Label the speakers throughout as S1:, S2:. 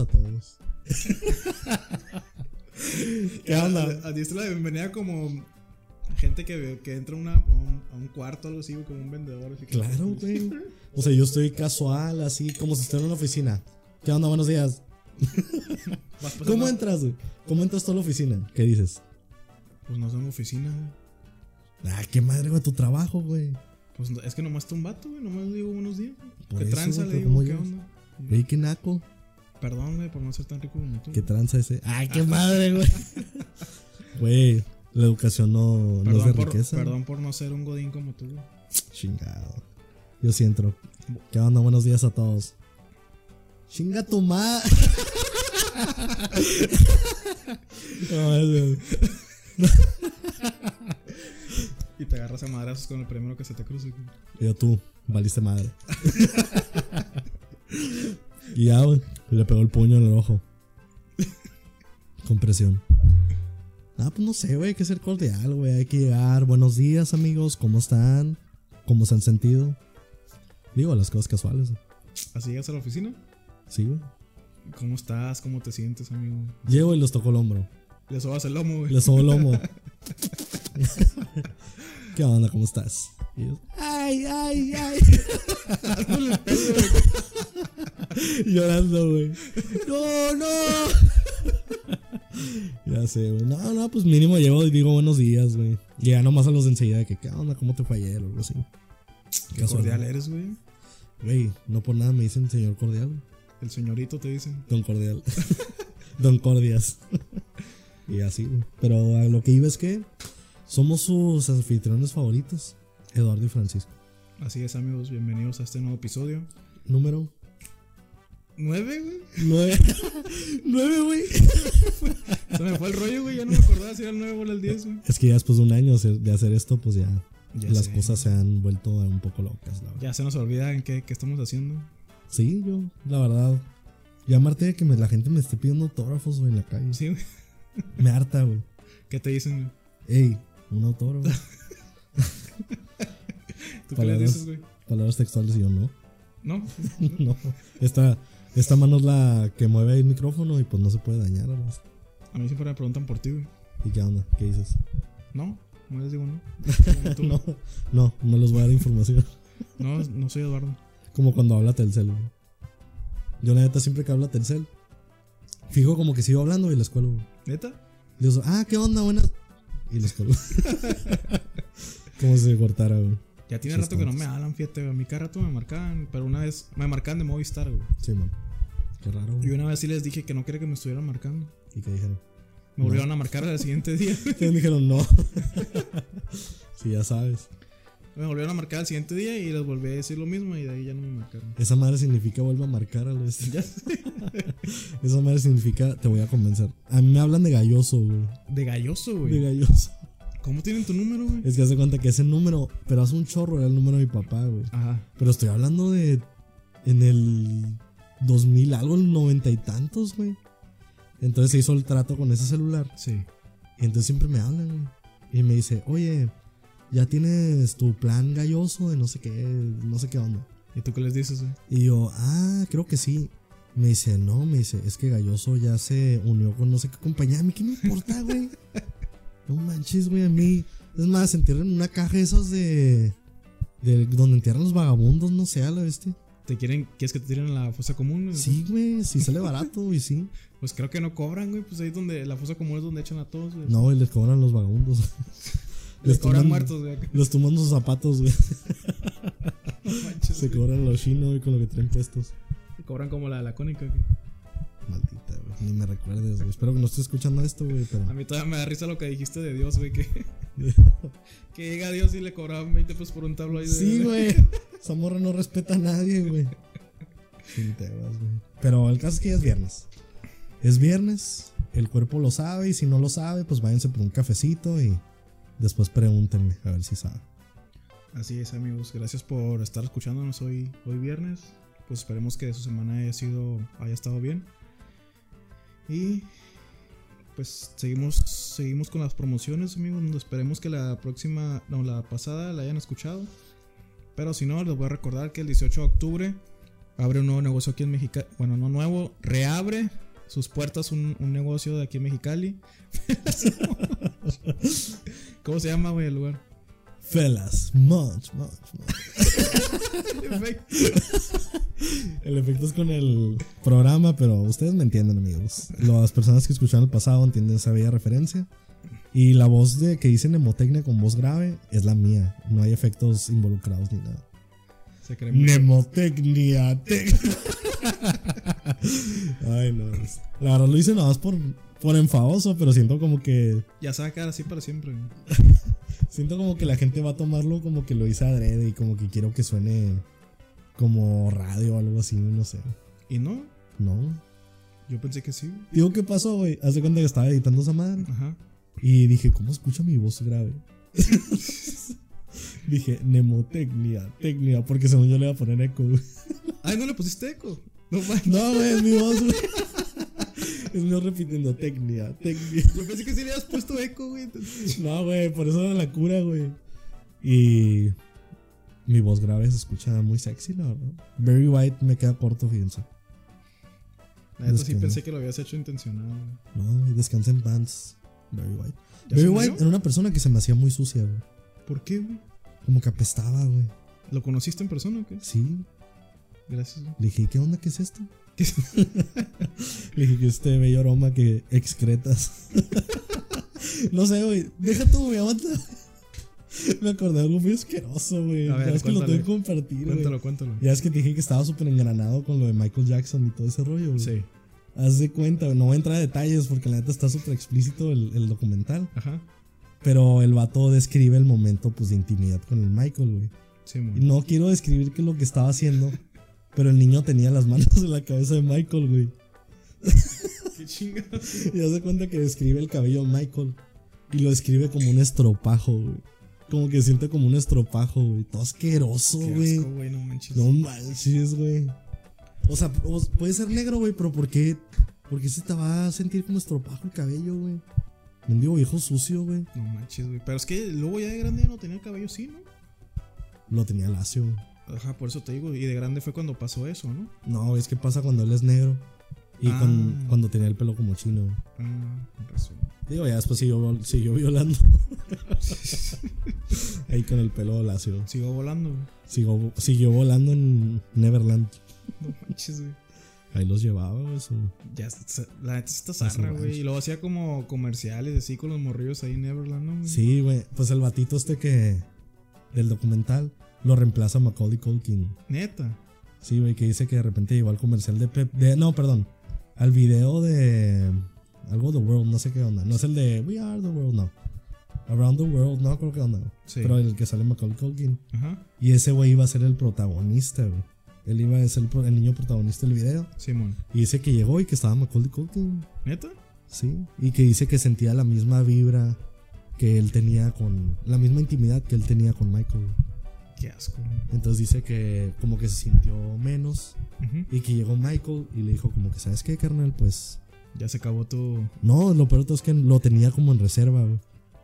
S1: a todos.
S2: ¿Qué onda?
S3: A, a diestra de bienvenida como gente que, que entra a una- a, un, a un cuarto o algo así, güey, como un vendedor. así que-
S1: Claro, güey. O sea, yo estoy casual, así como si estuviera en una oficina. ¿Qué onda? Buenos días.
S3: Vas pasando-
S1: ¿Cómo entras, güey? ¿Cómo entras tú a la oficina? ¿Qué dices?
S3: Pues no somos oficina, güey.
S1: Ah, qué madre, güey, tu trabajo, güey.
S3: Pues no- es que nomás está un vato, güey. Nomás le digo buenos días. güey.
S1: Por
S3: ¿Qué
S1: eso,
S3: tranza?
S1: güey,
S3: Le
S1: pero
S3: digo,
S1: ¿cómo
S3: ¿qué
S1: llegas?
S3: onda?
S1: Güey, qué naco.
S3: Perdón, güey, por no ser tan rico como tú.
S1: ¿Qué tranza ese? Ay, qué madre, güey. Güey, la educación no, no es de
S3: Perdón, por,
S1: riqueza.
S3: perdón por no ser un godín como tú, güey.
S1: Chingado. Yo sí entro. ¿Qué onda? Buenos días a todos. Chinga tu madre.
S3: Y te agarras a madrazos con el primero que se te cruce, güey.
S1: Yo tú, valiste madre. y ya, güey, le pegó el puño en el ojo. Con presión. Ah, pues no sé, güey, hay que ser cordial, güey. Hay que llegar. Buenos días, amigos. ¿Cómo están? ¿Cómo se han sentido? Digo, las cosas casuales. güey.
S3: Así llegas a la oficina.
S1: Sí, güey.
S3: ¿Cómo estás? ¿Cómo te sientes, amigo?
S1: Llego y les tocó el hombro.
S3: Le sobas el lomo, güey.
S1: Les sobo el lomo. ¿Qué onda? ¿Cómo estás? Y ellos, ay, ay, ay. Llorando, güey. No, no. ya sé, güey. No, no, pues mínimo llevo y digo buenos días, güey. Y ya nomás a los de enseguida de que, ¿qué onda? ¿Cómo te fue ayer? O algo así.
S3: Qué
S1: Casual.
S3: cordial eres, güey.
S1: Güey, no por nada me dicen señor cordial.
S3: El señorito te dice.
S1: Don Cordial. Don Cordias. y así, güey. Pero a lo que iba es que somos sus anfitriones favoritos, Eduardo y Francisco.
S3: Así es, amigos. Bienvenidos a este nuevo episodio.
S1: Número
S3: ¿Nueve, güey?
S1: 9. 9, güey.
S3: Se me fue el rollo, güey. Ya no me acordaba si era el nueve o era el diez, güey.
S1: Es que ya después de un año hacer- de hacer esto, pues ya,
S3: Ya
S1: las
S3: sé.
S1: cosas se han vuelto un poco locas, la verdad.
S3: Ya se nos olvida en qué, qué estamos haciendo.
S1: Sí, yo, la verdad. Ya Marte de que me- la gente me esté pidiendo autógrafos, güey, en la calle.
S3: Sí, güey.
S1: Me harta, güey.
S3: ¿Qué te dicen, güey?
S1: Ey, un autógrafo.
S3: ¿Tú qué les
S1: Palabras.
S3: dices, güey?
S1: Palabras textuales y yo no.
S3: No.
S1: No, esta, esta mano es la que mueve el micrófono y pues no se puede dañar. a las-
S3: A mí siempre me preguntan por ti, güey.
S1: ¿Y qué onda? ¿Qué dices?
S3: No. No les digo no. Tú,
S1: No, no, no les voy a dar información.
S3: no. No soy Eduardo.
S1: Como cuando habla Telcel. güey. Yo la neta siempre que habla Telcel, fijo como que sigo hablando y les cuelgo. güey.
S3: ¿Neta?
S1: Les digo, ah, ¿qué onda? Buenas. Y les cuelgo. como si se cortara, güey.
S3: Ya tiene
S1: Sí,
S3: rato que no
S1: estamos.
S3: me hablan, fíjate, güey. A mí cada rato me marcaban, pero una vez me marcaban de Movistar, güey.
S1: Sí, man. Qué raro,
S3: Y
S1: güey.
S3: una vez sí les dije que no quería que me estuvieran marcando.
S1: ¿Y qué dijeron?
S3: Me volvieron a marcar al siguiente día.
S1: Ellos dijeron, no. sí, ya sabes.
S3: Me volvieron a marcar al siguiente día y les volví a decir lo mismo y de ahí ya no me marcaron.
S1: Esa madre significa vuelve a marcar al este.
S3: Ya sé.
S1: Esa madre significa te voy a convencer. A mí me hablan de galloso, güey.
S3: De galloso,
S1: De Eh,
S3: güey.
S1: galloso.
S3: ¿Cómo tienen tu número, güey?
S1: Es que hace cuenta que ese número, pero hace un chorro, era el número de mi papá, güey.
S3: Ajá.
S1: Pero estoy hablando de. En el 2000, algo, el noventa y tantos, güey. Entonces se hizo el trato con ese celular.
S3: Sí.
S1: Y entonces siempre me hablan, güey. Y me dice, oye, ya tienes tu plan galloso de no sé qué, no sé qué onda.
S3: ¿Y tú qué les dices, güey?
S1: Y yo, ah, creo que sí. Me dice, no, me dice, es que Galloso ya se unió con no sé qué compañía. A mí, ¿qué me importa, güey? no manches, güey, a mí. Es más, entierran en una caja esos de. de donde entierran los vagabundos, no sé, a la bestia.
S3: ¿Te quieren, quieres que te tiren a la fosa común? güey?
S1: Sí, güey, sí sale barato, güey, sí.
S3: Pues creo que no cobran, güey. Pues ahí es donde la fosa común es donde echan a todos, güey.
S1: No, güey, les cobran los vagabundos.
S3: les cobran
S1: toman-
S3: muertos, güey.
S1: Les toman sus zapatos, güey.
S3: No manches,
S1: Se
S3: güey.
S1: cobran los chinos, güey, con lo que traen puestos.
S3: Cobran como la lacónica, güey.
S1: Maldita, güey, ni me recuerdes, güey. Espero que no esté escuchando esto, güey, pero.
S3: A mí todavía me da risa lo que dijiste de Dios, güey. Que, que llega Dios y le cobraban 20 pesos por un tabloide.
S1: Sí, güey. Esa morra no respeta a nadie, güey. Sin temas, güey. Pero el caso es que ya es viernes. Es viernes, el cuerpo lo sabe y si no lo sabe, pues váyanse por un cafecito y después pregúntenle a ver si sabe.
S3: Así es, amigos. Gracias por estar escuchándonos hoy, hoy viernes. Pues esperemos que su semana haya sido, haya estado bien. Y pues seguimos, seguimos con las promociones, amigos. Esperemos que la próxima, no, la pasada la hayan escuchado. Pero si no, les voy a recordar que el 18 de octubre abre un nuevo negocio aquí en Mexicali. Bueno, no nuevo, reabre sus puertas un, un negocio de aquí en Mexicali. ¿Cómo se llama, güey, el lugar?
S1: Fellas, much, much, much. El efecto es con el programa, pero ustedes me entienden, amigos. Las personas que escucharon el pasado entienden esa bella referencia. Y la voz de que dicen Nemotecnia con voz grave es la mía. No hay efectos involucrados ni nada.
S3: se cree muy-
S1: Nemotecnia. te- Ay, no. es- La verdad lo hice nada más por, por enfadoso, pero siento como que.
S3: Ya se va a quedar así para siempre. güey.
S1: Siento como que la gente va a tomarlo como que lo hice adrede y como que quiero que suene como radio o algo así, no sé.
S3: Y no,
S1: No.
S3: yo pensé que sí. güey.
S1: Digo, ¿qué pasó, güey? Hace cuenta que estaba editando esa madre.
S3: Ajá.
S1: Y dije, ¿cómo escucho mi voz grave? dije, nemotecnia, tecnia, porque según yo le iba a poner eco, güey.
S3: Ay, no le pusiste eco. No manches.
S1: No, güey, es mi voz, güey. Es mío repitiendo tecnia, tecnia.
S3: Yo pensé que sí le habías puesto eco, güey. entonces-
S1: No, güey, por eso era la cura, güey. Y mi voz grave se escucha muy sexy, la verdad. Very White me queda corto, fíjense.
S3: La neta
S1: Es
S3: sí
S1: que-
S3: pensé que lo habías hecho intencionado. güey.
S1: No, güey, descansa en pants. Very White.
S3: ¿Ya
S1: Barry
S3: se
S1: White
S3: murió?
S1: era una persona que se me hacía muy sucia, güey.
S3: ¿Por qué, güey?
S1: Como que apestaba, güey.
S3: ¿Lo conociste en persona o qué?
S1: Sí.
S3: Gracias, güey.
S1: Le dije, ¿qué onda? ¿Qué es esto?
S3: ¿Qué
S1: Le dije que este bello aroma que excretas. no sé, güey. Deja tu, güey, aguanta. Me acordé de algo muy asqueroso, güey.
S3: A ver,
S1: Ya es que lo
S3: cuéntale.
S1: tengo que compartir, güey.
S3: Cuéntalo, cuéntalo.
S1: Ya es que te dije que estaba súper engranado con lo de Michael Jackson y todo ese rollo, güey.
S3: Sí.
S1: Haz de cuenta, güey, no voy a entrar a detalles porque la neta está súper explícito el, el documental.
S3: Ajá.
S1: Pero el vato describe el momento, pues, de intimidad con el Michael, güey.
S3: Sí, mon.
S1: Y No quiero describir qué es lo que estaba haciendo, pero el niño tenía las manos en la cabeza de Michael, güey.
S3: Qué chingados.
S1: Y hace cuenta que describe el cabello de Michael. Y lo describe como un estropajo, güey. Como que siente como un estropajo, güey. Todo asqueroso,
S3: Qué
S1: güey.
S3: asco, güey, no manches.
S1: No manches, güey. O sea, o- puede ser negro, güey, pero ¿por qué? ¿Por qué se te va a sentir como estropajo el cabello, güey? Mendigo viejo sucio, güey.
S3: No manches, güey. Pero es que luego ya de grande ya no tenía el cabello, sí, ¿no?
S1: Lo tenía lacio. güey.
S3: Ajá, por eso te digo. Y de grande fue cuando pasó eso, ¿no?
S1: No, es que pasa cuando él es negro. Y
S3: Ah.
S1: con- cuando tenía el pelo como chino, güey.
S3: Ah, con razón.
S1: Digo, ya después siguió, vol- siguió violando. Ahí con el pelo lacio.
S3: Sigo volando, güey.
S1: Sigo- siguió volando en Neverland.
S3: No manches, güey.
S1: Ahí los llevaba, güey. su-
S3: Ya, se- la neta sí está
S1: Las
S3: zarra,
S1: ranchas.
S3: güey. Y luego hacía como comerciales así con los morrillos ahí en Neverland, ¿no? güey?
S1: Sí, güey. Pues el batito este que. del documental. Lo reemplaza Macaulay Culkin.
S3: Neta.
S1: Sí, güey, que dice que de repente llegó al comercial de Pep. de- no, perdón. Al video de. Algo The World, no sé qué onda. No es el de We Are the World, no. Around the World, no creo que onda. güey.
S3: Sí.
S1: Pero el que sale Macaulay Culkin.
S3: Ajá.
S1: Y ese güey iba a ser el protagonista, güey. Él iba a ser el, pro- el niño protagonista del video.
S3: Simón.
S1: Y dice que llegó y que estaba Macaulay Culkin.
S3: ¿Neta?
S1: Sí. Y que dice que sentía la misma vibra que él tenía con. La misma intimidad que él tenía con Michael. güey.
S3: Qué asco, güey.
S1: Entonces dice que como que se sintió menos.
S3: Ujú.
S1: Y que llegó Michael y le dijo, como que, ¿sabes qué, carnal? Pues.
S3: Ya se acabó tu.
S1: No, lo peor de todo es que lo tenía como en reserva, güey.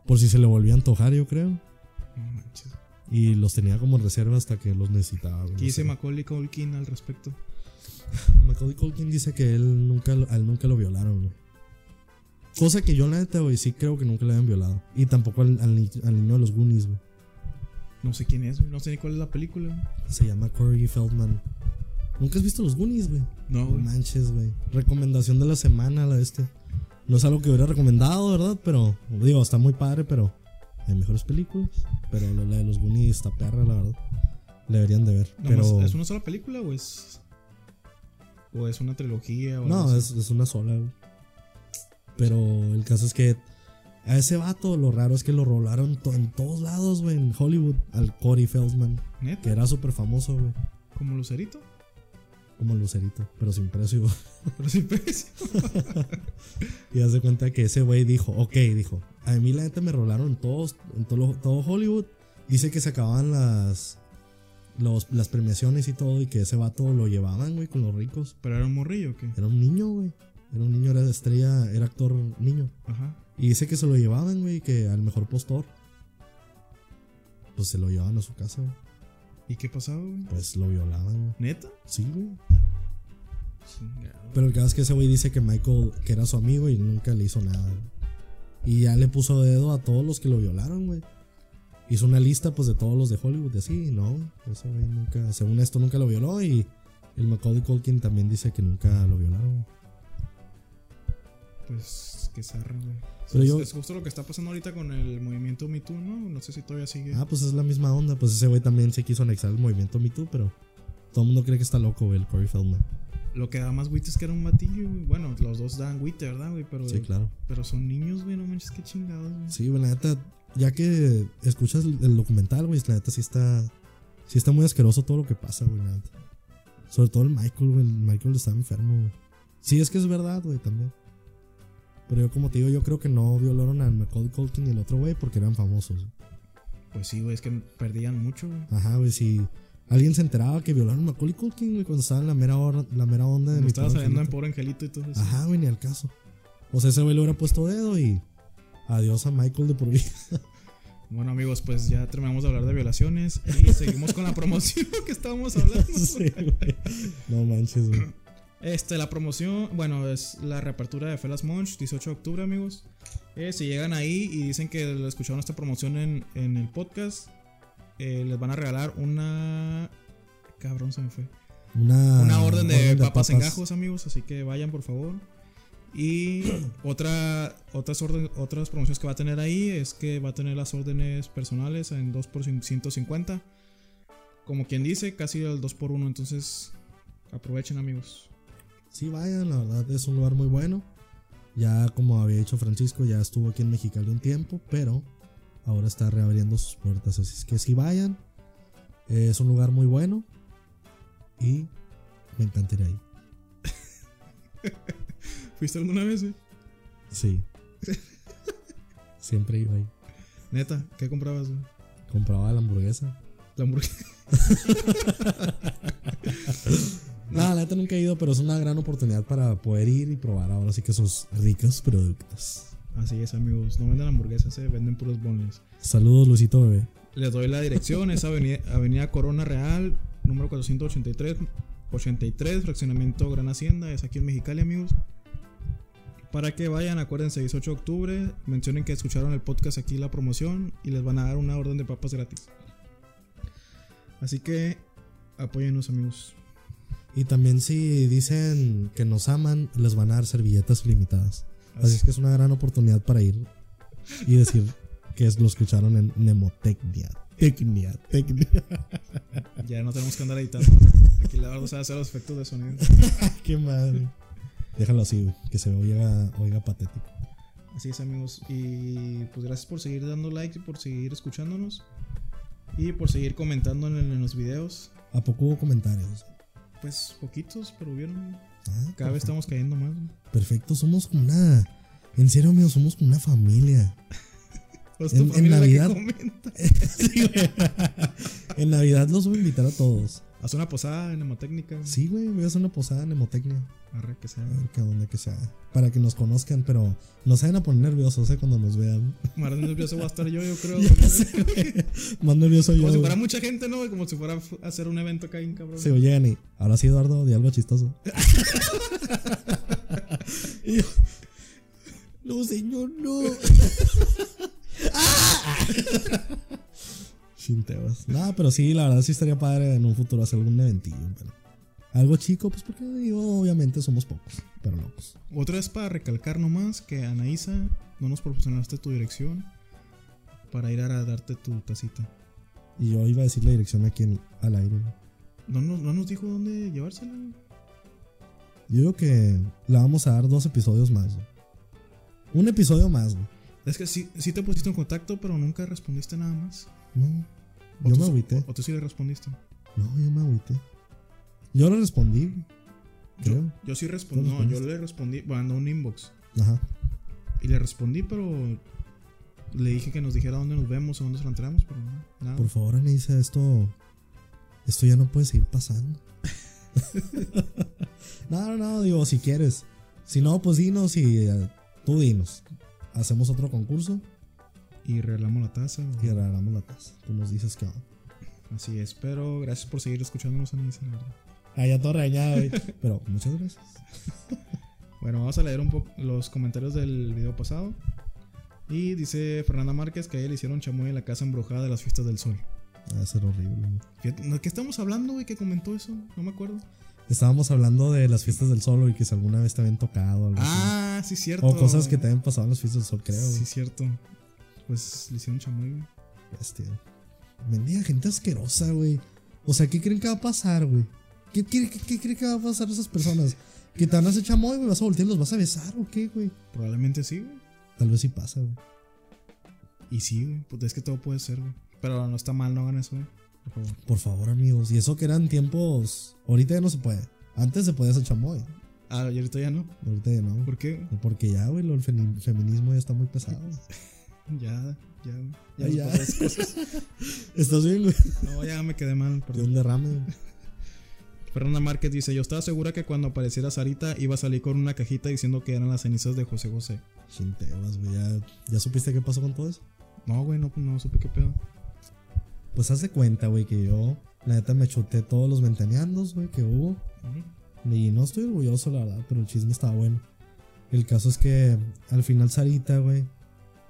S1: Por si se le volvía a antojar, yo creo.
S3: No manches.
S1: Y los tenía como en reserva hasta que los necesitaba, güey. no
S3: ¿Qué dice
S1: sé.
S3: Macaulay Culkin al respecto?
S1: Macaulay Culkin dice que él nunca, lo- a él nunca lo violaron, güey. Cosa que yo, la neta, güey, sí creo que nunca le habían violado. Y tampoco al, al ni- al niño de los Goonies, güey.
S3: No sé quién es, güey. No sé ni cuál es la película. güey.
S1: Se llama Corey Feldman. ¿Nunca has visto los Goonies, güey?
S3: No,
S1: No
S3: güey.
S1: manches, güey. Recomendación de la semana, la de este. No es algo que hubiera recomendado, ¿verdad? Pero, digo, está muy padre, pero hay mejores películas. Pero la la de los Goonies está perra, la verdad. La deberían de ver.
S3: No,
S1: pero.
S3: ¿Es una sola película o es.? ¿O es una trilogía? O algo
S1: No,
S3: así?
S1: es, es una sola, güey. Pero el caso es que a ese vato lo raro es que lo rolaron to- en todos lados, güey, en Hollywood, al Corey Feldman, que
S3: ¿Neta?
S1: era súper famoso, güey,
S3: ¿Como Lucerito?
S1: como Lucerito, pero sin precio. güey.
S3: Pero sí, pues.
S1: Y hace cuenta que ese güey dijo, ok, dijo, a mí la neta me rolaron en todos, en todo, lo- todo Hollywood. Dice que se acababan las, los- las premiaciones y todo, y que ese vato lo llevaban, güey, con los ricos.
S3: ¿Pero era un morrillo o qué?
S1: Era un niño, güey. Era un niño, era estrella, era actor niño.
S3: Ajá.
S1: Y dice que se lo llevaban, güey, que al mejor postor. Pues se lo llevaban a su casa, güey.
S3: ¿Y qué pasaba, güey?
S1: Pues lo violaban, güey.
S3: ¿Neta?
S1: Sí, güey.
S3: Chingado.
S1: Pero el caso es que ese güey dice que Michael, que era su amigo y nunca le hizo nada. Y ya le puso dedo a todos los que lo violaron, güey. Hizo una lista, pues, de todos los de Hollywood. Y así, no, ese güey nunca, según esto, nunca lo violó. Y el Macaulay Culkin también dice que nunca lo violaron.
S3: Pues qué zarra, güey.
S1: Pero
S3: es,
S1: yo-
S3: es justo lo que está pasando ahorita con el movimiento Me Too, ¿no? No sé si todavía sigue.
S1: Ah, pues es la misma onda. Pues ese güey también se quiso anexar al movimiento Me Too, pero todo el mundo cree que está loco, güey, el Corey Feldman.
S3: Lo que da más güite es que era un batillo, güey. Bueno, los dos dan güite, ¿verdad, güey? Pero,
S1: Sí, claro.
S3: pero son niños, güey. No manches, qué chingados, güey.
S1: Sí, güey, la neta, ya que escuchas el, el documental, güey, la neta sí está, sí está muy asqueroso todo lo que pasa, güey, la neta. Sobre todo el Michael, güey, el Michael estaba enfermo, güey. Sí, es que es verdad, güey, también. Pero yo, como te digo, yo creo que no violaron al Macaulay Culkin y el otro güey porque eran famosos. güey.
S3: Pues sí, güey. Es que perdían mucho, güey.
S1: Ajá, güey, si alguien se enteraba que violaron a Macaulay Culkin, güey, cuando estaba en la mera, hora- la mera onda Ah, de Ah.
S3: Me
S1: mi
S3: estaba
S1: pobre
S3: saliendo en
S1: angelito.
S3: pobre angelito y todo eso.
S1: Ajá, güey, ni al caso. O sea, ese güey le hubiera puesto dedo y adiós a Michael de por vida.
S3: Bueno, amigos, pues ya terminamos de hablar de violaciones. Y seguimos con la promoción que estábamos hablando.
S1: Sí, güey. No manches, güey.
S3: Este, la promoción, bueno, es la reapertura de Felas Munch, 18 de octubre, amigos. Eh, si llegan ahí y dicen que lo escucharon esta promoción en, en el podcast, eh, les van a regalar una. Cabrón, se me fue.
S1: Una,
S3: Una Ah, orden de, papas, en gajos, amigos. Así que vayan, por favor. Y otra, otras, orden- otras promociones que va a tener ahí es que va a tener las órdenes personales en 2 por 150. Como quien dice, casi el 2 por 1. Entonces, aprovechen, amigos.
S1: Sí, vayan, la verdad es un lugar muy bueno. Ya como había dicho Francisco, ya estuvo aquí en Mexicali un tiempo, pero ahora está reabriendo sus puertas. Así es que sí vayan. Eh, es un lugar muy bueno. Y me encanta ir ahí.
S3: ¿Fuiste alguna vez, güey?
S1: Sí. Siempre iba ahí.
S3: Neta, ¿qué comprabas, güey?
S1: Compraba la hamburguesa.
S3: La hamburguesa.
S1: Nada, la neta nunca he ido, pero es una gran oportunidad para poder ir y probar ahora sí que sus ricos productos.
S3: Así es, amigos. No venden hamburguesas, eh, venden puros bonles.
S1: Saludos, Luisito Bebé.
S3: Les doy la dirección, es avenida, avenida Corona Real, número 483, 83, fraccionamiento Gran Hacienda, es aquí en Mexicali, amigos. Para que vayan, acuérdense, 18 de octubre, mencionen que escucharon el podcast aquí, la promoción, y les van a dar una orden de papas gratis. Así que, apóyennos, amigos.
S1: Y también si dicen que nos aman, les van a dar servilletas limitadas. Así es que es una gran oportunidad para ir y decir que es- lo escucharon en Nemotecnia. Tecnia, tecnia.
S3: Ya no tenemos que andar editando. Aquí la verdad se va a hacer los efectos de sonido.
S1: Qué madre. Déjalo así, güey, que se oiga, oiga patético.
S3: Así es, amigos. Y pues gracias por seguir dando like, por seguir escuchándonos y por seguir comentando en, en los videos.
S1: ¿A poco hubo comentarios?
S3: Pues poquitos, pero vieron.
S1: Ah,
S3: Cada vez estamos cayendo más. güey.
S1: Perfecto, somos como una. En serio, mío, somos como una familia.
S3: Pues
S1: En- en
S3: familia es la que
S1: Navidad.
S3: comenta.
S1: En Navidad los voy a invitar a todos.
S3: Haz una posada en hemotécnica.
S1: Sí, güey, voy a hacer una posada en Nemotecnia.
S3: Arre, que sea.
S1: A ver, que a donde que sea. Para que nos conozcan, pero nos vayan a poner nerviosos ¿eh? cuando nos vean.
S3: Más nervioso voy a estar yo, yo creo.
S1: Ya sé, güey. Más nervioso yo.
S3: Como si
S1: güey.
S3: fuera mucha gente, ¿no? Como si fuera a hacer un evento acá, bien cabrón.
S1: Sí, güey, llegan y. Ahora sí, Eduardo, de algo chistoso. Y yo, no, señor, no. ¡Ah! Sin temas. Nada, pero sí, la verdad sí estaría padre en un futuro hacer algún eventillo. pero Algo chico, pues porque digo, obviamente somos pocos, pero pues. locos.
S3: Otra vez para recalcar nomás que Anaísa, no nos proporcionaste tu dirección para ir a darte tu tacita.
S1: Y yo iba a decir la dirección aquí en- al aire. güey.
S3: No, nos- no nos dijo dónde llevársela. güey.
S1: Yo digo que le vamos a dar dos episodios más. güey. Un episodio más, güey.
S3: Es que sí, sí te pusiste en contacto, pero nunca respondiste nada más.
S1: No,
S3: O
S1: yo
S3: tú
S1: me
S3: sí-
S1: agüité.
S3: O, tú sí le respondiste.
S1: No, yo me agüité. Yo le respondí. güey.
S3: Yo,
S1: Creo.
S3: yo sí respondí.
S1: ¿Tú
S3: No, yo
S1: respondiste?
S3: le respondí, mandó un inbox.
S1: Ajá.
S3: Y le respondí, pero le dije que nos dijera dónde nos vemos o dónde se la entramos, pero no, nada.
S1: Por favor, Anisa, esto. Esto ya no puede seguir pasando. no, no, no, digo, si quieres. Si no, pues dinos y eh, tú dinos. Hacemos otro concurso
S3: Y regalamos la taza. o-
S1: y agarramos la taza. Tú nos dices que va.
S3: Así es, pero gracias por seguir escuchándonos, Anaís, la verdad.
S1: Ah, ya todo regañado, güey. Pero muchas gracias.
S3: Bueno, vamos a leer un poco los comentarios del video pasado. Y dice Fernanda Márquez que a ella le hicieron chamoy en la casa embrujada de las fiestas del sol.
S1: Va a ser horrible. güey.
S3: Fíjate, ¿De qué estamos hablando, güey? ¿Qué comentó eso? No me acuerdo.
S1: Estábamos hablando de las fiestas del sol y que si alguna vez te habían tocado. Algo así.
S3: Ah, sí, cierto.
S1: O cosas que
S3: güey.
S1: te habían pasado en las fiestas del sol, creo.
S3: Sí,
S1: güey.
S3: cierto. Pues le hicieron chamoy, güey.
S1: Bestia. Bendiga Este, gente asquerosa, güey. O sea, ¿qué creen que va a pasar, güey? ¿Qué, creen- qué, qué creen que va a pasar a esas personas? Que te van a hacer chamoy, güey, vas a voltear y los vas a besar o qué, güey.
S3: Probablemente sí, güey.
S1: Tal vez sí pasa, güey.
S3: Y sí, güey. Pues es que todo puede ser, güey. Pero no está mal, no hagan eso, güey. Por favor.
S1: Por favor, amigos. Y eso que eran tiempos. Ahorita ya no se puede. Antes se podía hacer chamoy.
S3: Ah, y ahorita ya no.
S1: Ahorita ya no.
S3: ¿Por qué? güey?
S1: Porque ya, güey, lo- el femi- feminismo ya está muy pesado.
S3: Ya, ya, güey.
S1: Ah,
S3: no
S1: ya.
S3: puedo hacer cosas.
S1: ¿Estás bien, güey?
S3: No, ya me quedé mal,
S1: De
S3: perdón.
S1: un derrame, güey.
S3: Fernanda Márquez dice, yo estaba segura que cuando apareciera Sarita iba a salir con una cajita diciendo que eran las cenizas de José José.
S1: Chintebas, güey. ¿Ya, ¿Ya supiste qué pasó con todo eso?
S3: No, güey, no, no supe qué pedo.
S1: Pues haz de cuenta, güey, que yo, la neta, me chuté todos los ventaneandos, güey, que hubo. Y no estoy orgulloso, la verdad, pero el chisme estaba bueno. El caso es que al final Sarita, güey,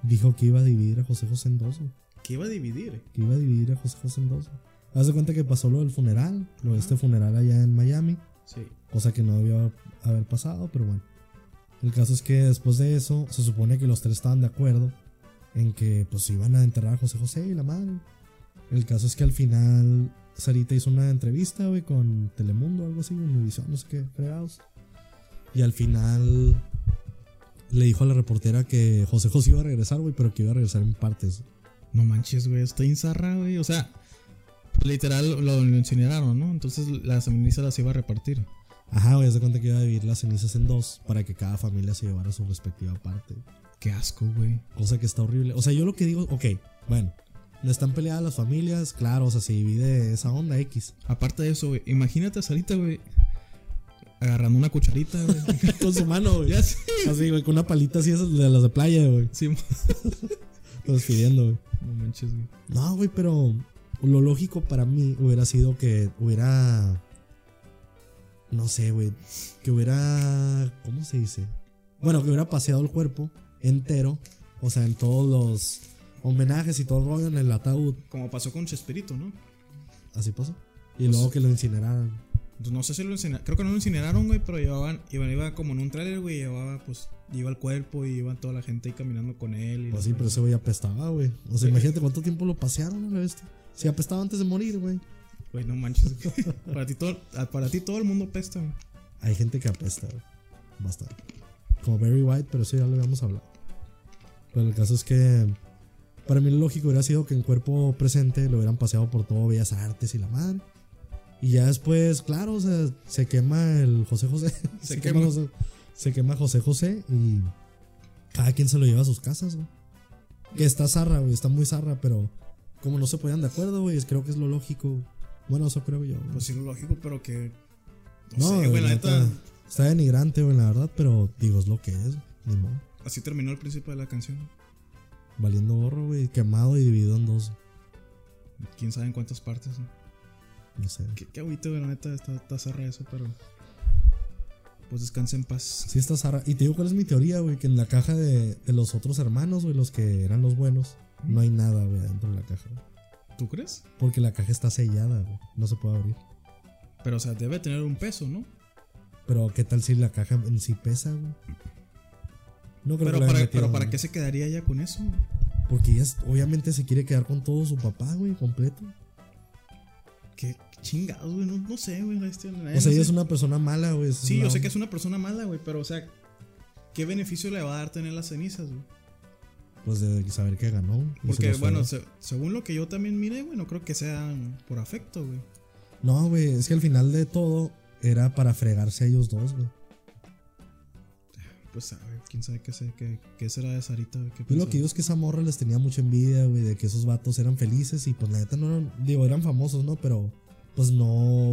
S1: dijo que iba a dividir a José José en dos, güey.
S3: ¿Qué iba a dividir?
S1: Que iba a dividir a José José en dos. güey. Haz de cuenta que pasó lo del funeral, lo de este funeral allá en Miami,
S3: Sí.
S1: cosa que no debió haber pasado, pero bueno. El caso es que después de eso, se supone que los tres estaban de acuerdo en que pues iban a enterrar a José José y la madre. El caso es que al final Sarita hizo una entrevista, güey, con Telemundo, algo así, Univision, no sé qué, fregados. Y al final le dijo a la reportera que José José iba a regresar, güey, pero que iba a regresar en partes.
S3: No manches, güey, estoy ensarra, güey. O sea, pues, literal lo, lo incineraron, ¿no? Entonces las cenizas las iba a repartir.
S1: Ajá, güey, haz de cuenta que iba a dividir las cenizas en dos para que cada familia se llevara su respectiva parte.
S3: Qué asco, güey.
S1: Cosa que está horrible. O sea, yo lo que digo, ok, bueno, no están peleadas las familias, claro, o sea, se divide esa onda X.
S3: Aparte de eso, güey, imagínate a Sarita, güey, agarrando una cucharita, güey.
S1: Con su mano, güey.
S3: ya sé.
S1: Así, güey, con una palita así esas de las de playa, güey.
S3: Sí, mo-
S1: Respirando, güey.
S3: no manches, güey.
S1: No, güey, pero lo lógico para mí hubiera sido que hubiera. No sé, güey. Que hubiera. ¿Cómo se dice? Bueno, que hubiera paseado el cuerpo entero. O sea, en todos los homenajes y todo el rollo en el ataúd.
S3: Como pasó con Chespirito, ¿no?
S1: Así pasó. Y luego que lo incineraran.
S3: Pues No sé si lo incineraron. Creo que no lo incineraron, güey, pero llevaban. Iban, iba como en un trailer, güey. Llevaba, pues. Iba el cuerpo y iba toda la gente ahí caminando con él. Y
S1: Pues
S3: la-
S1: sí, pero ese güey apestaba, güey. O sea, imagínate cuánto tiempo lo pasearon a la bestia. Si apestaba antes de morir, güey.
S3: Güey, no manches. güey. para, ti todo, ah, para ti todo el mundo pesta, güey.
S1: Hay gente que apesta, güey. Bastante. Como Barry White, pero eso ya lo habíamos hablado. Pero el caso es que. Para mí lo lógico hubiera sido que en cuerpo presente lo hubieran paseado por todo Bellas Artes y la madre. Y ya después, claro, o sea, se quema el José José. Se,
S3: Se
S1: quema.
S3: quema.
S1: José, se quema José José y cada quien se lo lleva a sus casas, güey. Que está zarra, güey, está muy zarra, pero como no se ponían de acuerdo, güey, creo que es lo lógico. Bueno, eso creo yo. güey.
S3: Pues sí, lo lógico, pero que. No,
S1: No,
S3: sé, güey, la neta.
S1: Está denigrante, güey, la verdad, pero digo, es lo que es, ni modo.
S3: Así terminó el principio de la canción.
S1: Valiendo gorro, güey, quemado y dividido en dos.
S3: Quién sabe en cuántas partes. ¿no?
S1: No sé.
S3: Qué, qué agüite, güey, la neta. Está, está zarra eso, pero. Pues descansa en paz.
S1: Sí, está zarra. Y te digo cuál es mi teoría, güey, que en la caja de, de los otros hermanos, güey, los que eran los buenos, no hay nada, güey, adentro de la caja. güey.
S3: ¿Tú crees?
S1: Porque la caja está sellada, güey, no se puede abrir.
S3: Pero, o sea, debe tener un peso, ¿no?
S1: Pero, ¿qué tal si la caja en sí pesa, güey? No creo que
S3: Pero
S1: la hayan
S3: para,
S1: metido,
S3: pero para
S1: güey.
S3: qué se quedaría ya con eso. güey?
S1: Porque ella es- obviamente se quiere quedar con todo su papá, güey, completo.
S3: Qué chingados, güey. No, no sé, güey. este, la neta,
S1: O sea,
S3: no
S1: ella
S3: sé.
S1: es una persona mala, güey. esa
S3: Sí,
S1: la
S3: yo sé
S1: onda.
S3: que es una persona mala, güey. Pero, o sea, ¿qué beneficio le va a dar tener las cenizas, güey?
S1: Pues de saber que ganó. y se
S3: Porque,
S1: los
S3: bueno,
S1: fregó.
S3: se- según lo que yo también miré, güey, no creo que sea por afecto, güey.
S1: No, güey, es que al final de todo era para fregarse a ellos dos, güey.
S3: Pues, a ver, quién sabe qué, sé, qué, qué será de Sarita, güey. qué
S1: Yo lo
S3: pensará.
S1: que digo es que esa morra les tenía mucha envidia, güey, de que esos vatos eran felices y pues la neta no eran, digo, eran famosos, ¿no? Pero pues no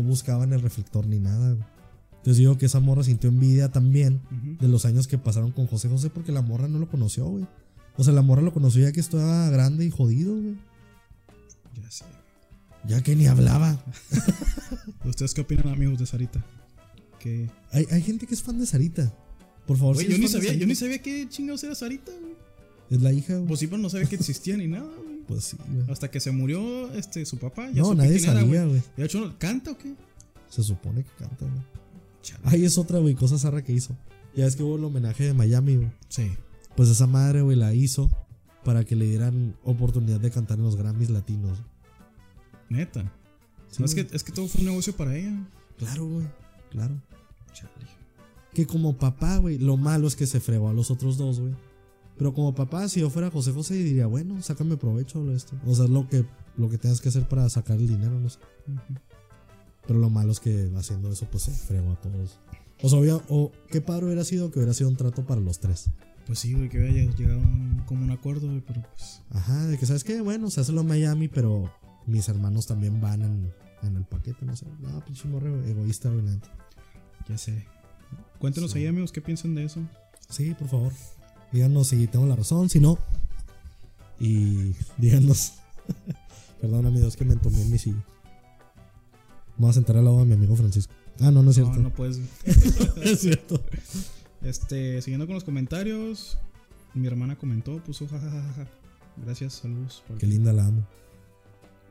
S1: buscaban el reflector ni nada, güey. Entonces digo que esa morra sintió envidia también
S3: Ujú.
S1: de los años que pasaron con José José porque la morra no lo conoció, güey. O sea, la morra lo conoció ya que estaba grande y jodido, güey.
S3: Ya sé.
S1: Ya que ni hablaba.
S3: ¿Ustedes qué opinan, amigos de Sarita? Que.
S1: Hay, hay gente que es fan de Sarita. Por favor,
S3: Güey,
S1: si
S3: yo
S1: eres fan
S3: ni
S1: de
S3: sabía, yo
S1: Sarita,
S3: ni sabía qué chingados era Sarita, güey.
S1: Es la hija, güey.
S3: Pues sí, pero no sabía que existía ni nada, güey.
S1: Pues sí, güey.
S3: Hasta que se murió este, su papá. Ya
S1: No,
S3: supe
S1: nadie
S3: quién era, güey.
S1: sabía, güey.
S3: ¿Y de hecho no- canta o qué?
S1: Se supone que canta, güey. Ahí es otra, güey, cosa zarra que hizo. Ya es que hubo el homenaje de Miami, güey.
S3: Sí.
S1: Pues esa madre, güey, la hizo para que le dieran oportunidad de cantar en los Grammys latinos.
S3: Neta.
S1: Sí,
S3: No, es,
S1: güey.
S3: que, es que todo fue un negocio para ella.
S1: Claro, güey. Claro. Que como papá, güey, lo malo es que se fregó a los otros dos, güey. Pero como papá, si yo fuera José José, diría, bueno, sácame provecho de esto. O sea, es lo que, lo que tengas que hacer para sacar el dinero, no sé. Pero lo malo es que haciendo eso, pues se fregó a todos. O sea, obvia- o qué padre hubiera sido que hubiera sido un trato para los tres.
S3: Pues sí, güey, que había llegado a un- como un acuerdo, güey, pero pues.
S1: Ajá, de que sabes qué, bueno, se hace lo en Miami, pero mis hermanos también van en, en el paquete, no sé. No, pinche morro egoísta, güey. la neta.
S3: Ya sé. Cuéntenos
S1: Sí.
S3: ahí, amigos, qué piensan de eso.
S1: Sí, por favor. Díganos si tengo la razón, si no. Y díganos. Perdón, amigos, que me entomé en mi silla. Vamos a sentar al lado de mi amigo Francisco. Ah, no, no es cierto.
S3: No, no puedes.
S1: es cierto.
S3: Este, siguiendo con los comentarios, mi hermana comentó, puso jajajaja. Gracias, saludos. por-
S1: Qué linda la amo.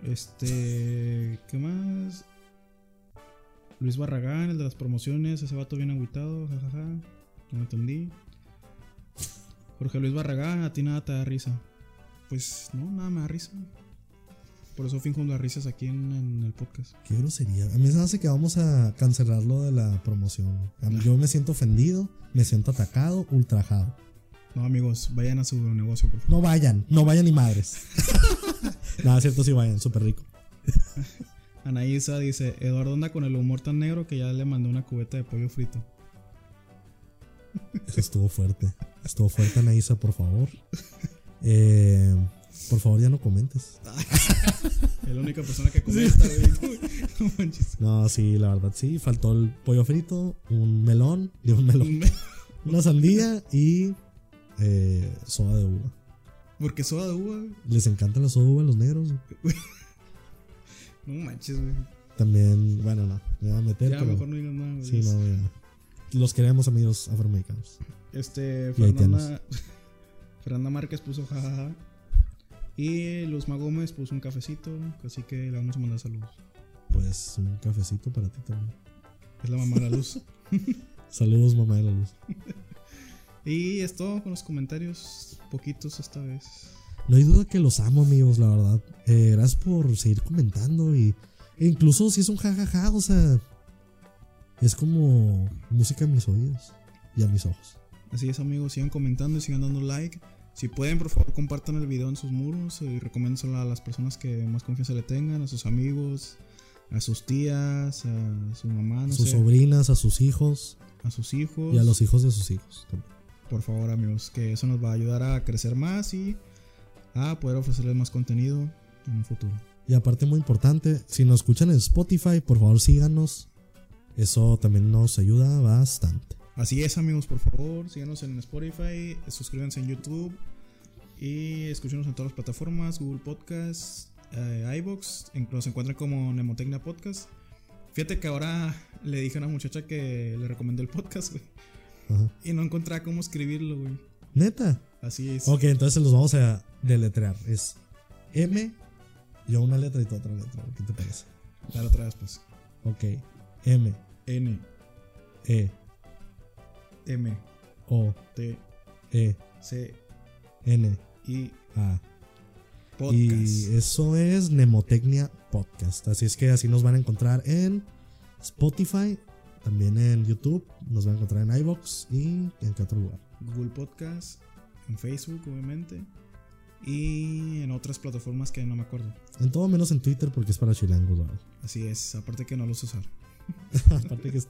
S3: Este, ¿qué más? Luis Barragán, el de las promociones, ese vato bien agüitado, jajaja. No entendí. Jorge Luis Barragán, a ti nada te da risa. Pues no, nada me da risa. Por eso finjo las risas aquí en, en el podcast.
S1: Qué grosería. A mí se me hace que vamos a cancelar lo de la promoción. A mí- Yo me siento ofendido, me siento atacado, ultrajado.
S3: No, amigos, vayan a su negocio, por favor.
S1: No vayan, no vayan ni madres. Nada, es cierto, sí vayan, súper rico.
S3: Anaísa dice: Eduardo anda con el humor tan negro que ya le mandó una cubeta de pollo frito.
S1: Eso estuvo fuerte. Estuvo fuerte, Anaísa, por favor. Eh, por favor, ya no comentes.
S3: Es la única persona que comenta, güey. No manches.
S1: No, sí, la verdad, sí. Faltó el pollo frito, un melón, digo, un melón, una sandía y eh, soda de uva.
S3: Porque soda de uva, güey.
S1: Les encantan las soda de uva a los negros.
S3: No manches, güey.
S1: También, bueno, no, me voy a meter.
S3: Ya,
S1: pero-
S3: mejor no digas nada, güey.
S1: sí, no, ya. Los queremos, amigos afroamericanos.
S3: Este,
S1: Y haitianos.
S3: Fernanda, Fernanda Márquez puso jajaja. Y Luzma Gómez puso un cafecito, así que le vamos a mandar saludos.
S1: Pues un cafecito para ti también.
S3: Es la mamá de la luz.
S1: Saludos, mamá de la luz.
S3: y es todo con los comentarios, poquitos esta vez.
S1: No hay duda que los amo, amigos, la verdad. Eh, gracias por seguir comentando y e incluso si es un jajaja, o sea, es como música a mis oídos y a mis ojos.
S3: Así es, amigos, sigan comentando y sigan dando like. Si pueden, por favor, compartan el video en sus muros y recomiéndenselo a las personas que más confianza le tengan, a sus amigos, a sus tías, a su mamá, Ah, no
S1: a sus
S3: sé, Pues.
S1: sobrinas, a sus hijos
S3: a sus hijos.
S1: y a los hijos de sus hijos. también.
S3: por favor amigos, que eso nos va a ayudar a crecer más y a poder ofrecerles más contenido en un futuro.
S1: Y aparte muy importante, si nos escuchan en Spotify, por favor síganos. Eso también nos ayuda bastante.
S3: Así es amigos, por favor, síganos en Spotify, suscríbanse en YouTube y escúchenos en todas las plataformas, Google Podcast, eh, iVoox, en- nos encuentran como Nemotecnia Podcast. Fíjate que ahora le dije a una muchacha que le recomendé el podcast, güey,
S1: Ajá.
S3: y no encontraba cómo escribirlo, güey.
S1: Neta.
S3: Así es.
S1: Ok, entonces se los vamos a deletrear. Es M, yo una letra y tú otra letra. ¿Qué te parece?
S3: Dale otra vez, pues.
S1: Ok. M,
S3: N,
S1: E,
S3: M,
S1: O,
S3: T,
S1: E,
S3: C,
S1: N,
S3: I,
S1: A.
S3: Podcast.
S1: Y eh, eso es Nemotecnia Podcast. Así es que así nos van a encontrar en Spotify, también en YouTube, nos van a encontrar en iBox y en qué otro lugar.
S3: Google Podcast, en Facebook, obviamente, y en otras plataformas que no me acuerdo.
S1: En todo menos en Twitter porque es para chilangos, la verdad.
S3: Así es, aparte que no los usar.
S1: Aparte que es-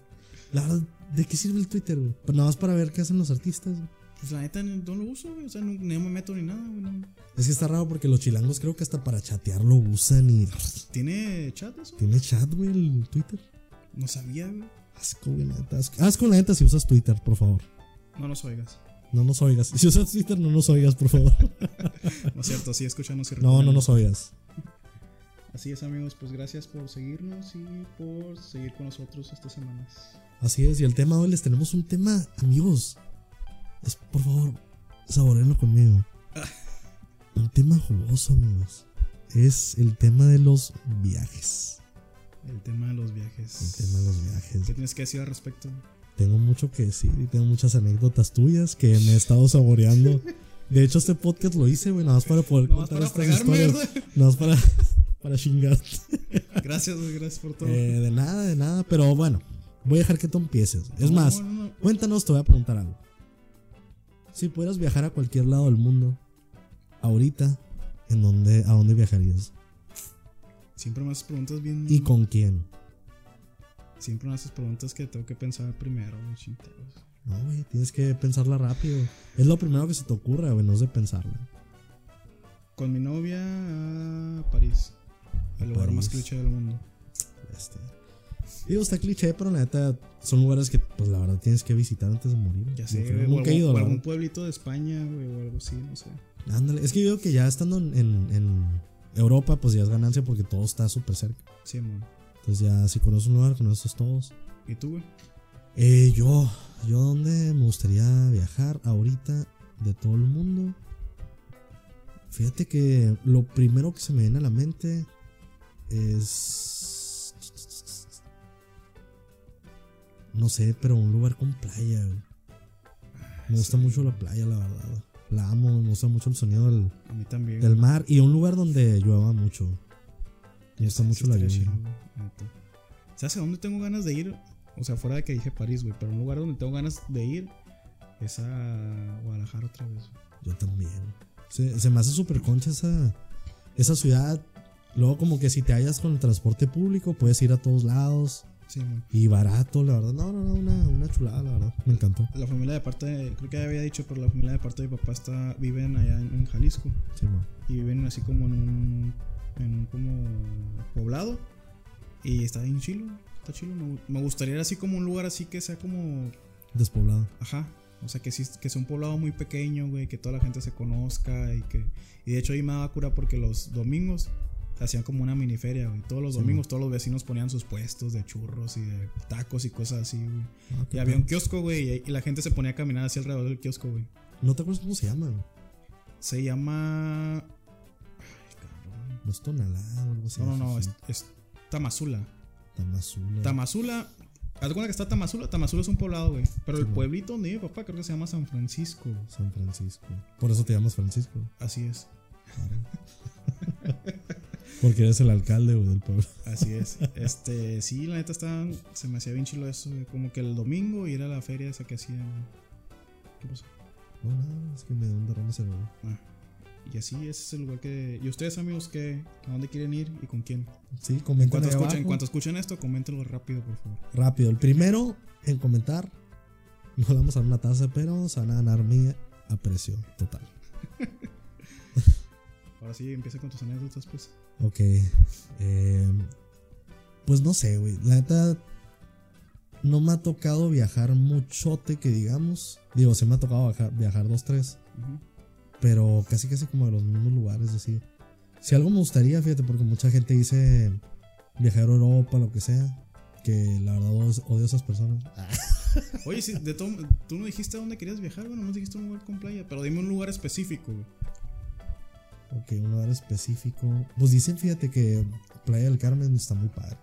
S1: La verdad, ¿de qué sirve el Twitter, güey? Pues nada más para ver qué hacen los artistas. güey.
S3: Pues la neta no lo uso, güey, o sea, no, no me meto ni nada, güey. no.
S1: Es que está raro porque los chilangos creo que hasta para chatear lo usan y...
S3: ¿Tiene chat eso?
S1: ¿Tiene chat, güey, el Twitter?
S3: No sabía, güey.
S1: Asco, güey, la neta. Asco, asco la neta si usas Twitter, por favor.
S3: No nos oigas.
S1: No nos oigas. Si usas Twitter, no nos oigas, por favor.
S3: No es cierto, sí, escúchanos y
S1: No, no
S3: recomiéndanos.
S1: nos oigas.
S3: Así es amigos, pues gracias por seguirnos y por seguir con nosotros estas semanas.
S1: Así es, y el tema hoy les tenemos un tema, amigos. Es, por favor, saborenlo conmigo.
S3: Ah.
S1: Un tema jugoso, amigos. Es el tema de los viajes.
S3: El tema de los viajes.
S1: El tema de los viajes.
S3: ¿Qué tienes que decir al respecto?
S1: Tengo mucho que decir y tengo muchas anécdotas tuyas que me he estado saboreando. De hecho, este podcast lo hice, güey, nada más para poder
S3: Nomás
S1: contar
S3: para
S1: estas
S3: fregarme,
S1: historias.
S3: ¿verdad?
S1: Nada más para, para chingarte.
S3: Gracias, güey, gracias por todo.
S1: Eh, de nada, de nada, pero bueno, voy a dejar que tú empieces. Es
S3: No,
S1: más,
S3: no, no.
S1: Cuéntanos, te voy a preguntar algo. Si pudieras viajar a cualquier lado del mundo, ahorita, ¿en dónde, ¿a dónde viajarías?
S3: Siempre me haces preguntas bien.
S1: ¿Y con quién?
S3: Siempre me haces preguntas que tengo que pensar primero, güey, chingados.
S1: No, güey, tienes que pensarla rápido. Es lo primero que se te ocurra, güey, no es de pensarla.
S3: Con mi novia a París. El lugar más
S1: París.
S3: cliché del mundo.
S1: Este. Digo, está cliché, pero la neta, son lugares que, pues la verdad, tienes que visitar antes de morir.
S3: Ya
S1: Yo
S3: sé,
S1: creo.
S3: güey, o,
S1: Nunca he
S3: algún-
S1: ido,
S3: o
S1: la
S3: algún
S1: verdad.
S3: pueblito de España, güey, o algo así, no sé.
S1: Ándale, es que yo digo que ya estando en, en- en Europa, pues ya es ganancia porque todo está súper cerca.
S3: Sí, amor.
S1: Entonces, ya si conoces un lugar, conoces todos.
S3: ¿Y tú, güey?
S1: Eh, yo, yo donde me gustaría viajar ahorita de todo el mundo. Fíjate que lo primero que se me viene a la mente es... No sé, pero un lugar con playa. güey. Me gusta mucho la playa, la verdad. La amo, me gusta mucho el sonido del,
S3: A mí también.
S1: del mar y un lugar donde llueva mucho. Me
S3: Sí,
S1: gusta
S3: sí
S1: mucho la
S3: estaría
S1: lluvia.
S3: chido, güey, la neta. ¿Sabes a dónde tengo ganas de ir? O sea, fuera de que dije París, güey, pero un lugar donde tengo ganas de ir es a Guadalajara otra vez. güey.
S1: Yo también. Se, se me hace súper concha esa, esa ciudad. Luego, como que si te hallas con el transporte público, puedes ir a todos lados.
S3: Sí, güey.
S1: Y barato, la verdad. No, no, no, una, una chulada, la verdad. Me encantó.
S3: La familia de parte, de- creo que ya había dicho, pero la familia de parte de mi papá está, viven allá en, en Jalisco
S1: Sí, man.
S3: y viven así como en un, en un como poblado y está en chilo, güey, está chilo. Me, gu- me gustaría ir así como un lugar así que sea como
S1: Despoblado.
S3: Ajá. O sea, que sí, que sea un poblado muy pequeño, güey, que toda la gente se conozca y que... Y de hecho ahí me daba cura porque los domingos hacían como una miniferia, güey. Todos los
S1: Sí,
S3: domingos todos los vecinos ponían sus puestos de churros y de tacos y cosas así, güey.
S1: Ah, qué
S3: Y había un
S1: padre.
S3: kiosco, güey, y- y la gente se ponía a caminar así alrededor del kiosco, güey.
S1: No te acuerdas cómo se llama. güey.
S3: Se llama... Ay, cabrón.
S1: No es Tonalá o algo así. eh,
S3: No, no, no,
S1: Sí,
S3: es,
S1: sí.
S3: es Tamazula.
S1: Tamazula.
S3: Tamazula... ¿Haz de cuenta que está Tamazula? Tamazula es un poblado, güey. Pero el
S1: Sí, güey.
S3: pueblito donde vive mi papá creo que se llama San Francisco.
S1: San Francisco. Por eso te llamas Francisco.
S3: Así es.
S1: Porque eres el alcalde güey, del pueblo.
S3: Así es. Este, sí, la neta estaban. Se me hacía bien chilo eso. güey. Como que el domingo ir a la feria esa que hacían. ¿Qué pasó?
S1: No, no, es que me da un derrame cerebral.
S3: Ah, Y así, ese es el lugar que. ¿Y ustedes, amigos, qué? ¿A dónde quieren ir y con quién?
S1: Sí,
S3: En
S1: comenten
S3: cuanto
S1: ahí
S3: escuchen, en
S1: abajo.
S3: cuanto escuchen esto, coméntenlo rápido, por favor.
S1: Rápido, el primero en comentar. No le vamos a dar una taza, pero se van a ganar mía a precio total.
S3: Ahora sí, empieza con tus anécdotas, pues.
S1: Ok. eh, pues no sé, güey. La neta. No me ha tocado viajar muchote, que digamos. Digo, se me ha tocado baja- viajar dos, tres.
S3: Ujú.
S1: Pero casi, casi como de los mismos lugares, así. Si algo me gustaría, fíjate, porque mucha gente dice viajar a Europa, lo que sea. Que la verdad odio- odio a esas personas.
S3: Oye, sí, de todo, tú no dijiste a dónde querías viajar, bueno, no dijiste un lugar con playa, pero dime un lugar específico, güey.
S1: Ok, un lugar específico. Pues dicen, fíjate que Playa del Carmen está muy padre.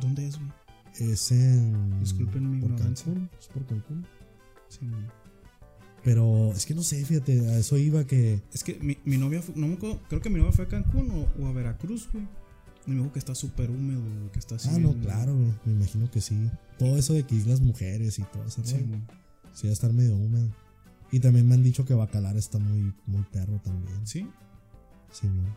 S3: ¿Dónde es, güey?
S1: Es en.
S3: Disculpen mi
S1: por
S3: ignorancia.
S1: Cancún, es por Cancún.
S3: Sí, güey.
S1: Pero es que no sé, fíjate, a eso iba que.
S3: Es que mi, mi novia, fue- no me acuerdo, creo que mi novia fue a Cancún o, o a Veracruz, güey. Y me dijo que está súper húmedo, güey, que está así.
S1: ah, no,
S3: bien-
S1: claro, güey. Me imagino que sí. Todo eso de que islas mujeres y todo ese
S3: Sí,
S1: rollo.
S3: güey.
S1: Sí, va a estar medio húmedo. Y también me han dicho que Bacalar está muy, muy perro también.
S3: Sí,
S1: Sí, güey.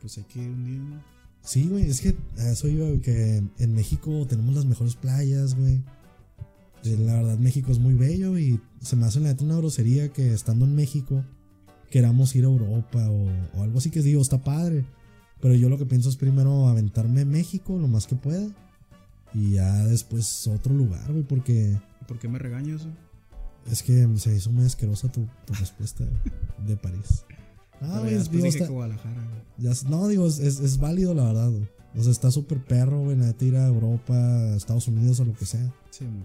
S3: pues hay que ir un día. güey.
S1: Sí, güey, es que a eso iba, güey, que en México tenemos las mejores playas, güey. Eh, La verdad, México es muy bello y se me hace la neta una grosería que estando en México queramos ir a Europa o, o algo así que digo, está padre. Pero yo lo que pienso es primero aventarme en México lo más que pueda y ya después otro lugar, güey, porque
S3: ¿Y ¿Por qué me regañas, güey?
S1: es que se hizo muy asquerosa tu, tu respuesta de París. Ah,
S3: Pero
S1: güey, Ah,
S3: ya
S1: es-
S3: después
S1: digo,
S3: dije
S1: está-
S3: que Guadalajara, güey.
S1: Ya s- no, digo, es, es- es válido, la verdad. güey. O sea, está súper perro, güey. La tira a Europa, a Estados Unidos, a lo que sea.
S3: Sí, mo.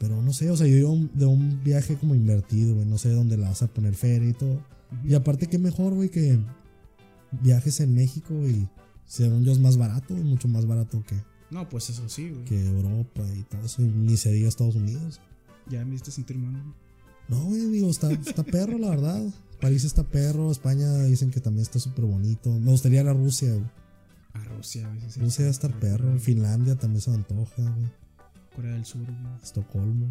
S1: Pero no sé, o sea, yo digo un- de un viaje como invertido, güey. No sé dónde la vas a poner feria y todo.
S3: Ujú.
S1: Y aparte, qué mejor, güey, que viajes en México y según yo es más barato, güey, mucho más barato que,
S3: No, pues eso sí, güey.
S1: que Europa y todo eso. Y ni se diga Estados Unidos.
S3: Ya me hiciste sentir mal. güey.
S1: No, güey, digo, está, está perro, la verdad. París está perro, España dicen que también está súper bonito. Me gustaría ir a Rusia, güey.
S3: A Rusia, güey. sí, sí.
S1: Rusia está perro, Finlandia también se me antoja, güey.
S3: Corea del Sur, güey.
S1: Estocolmo.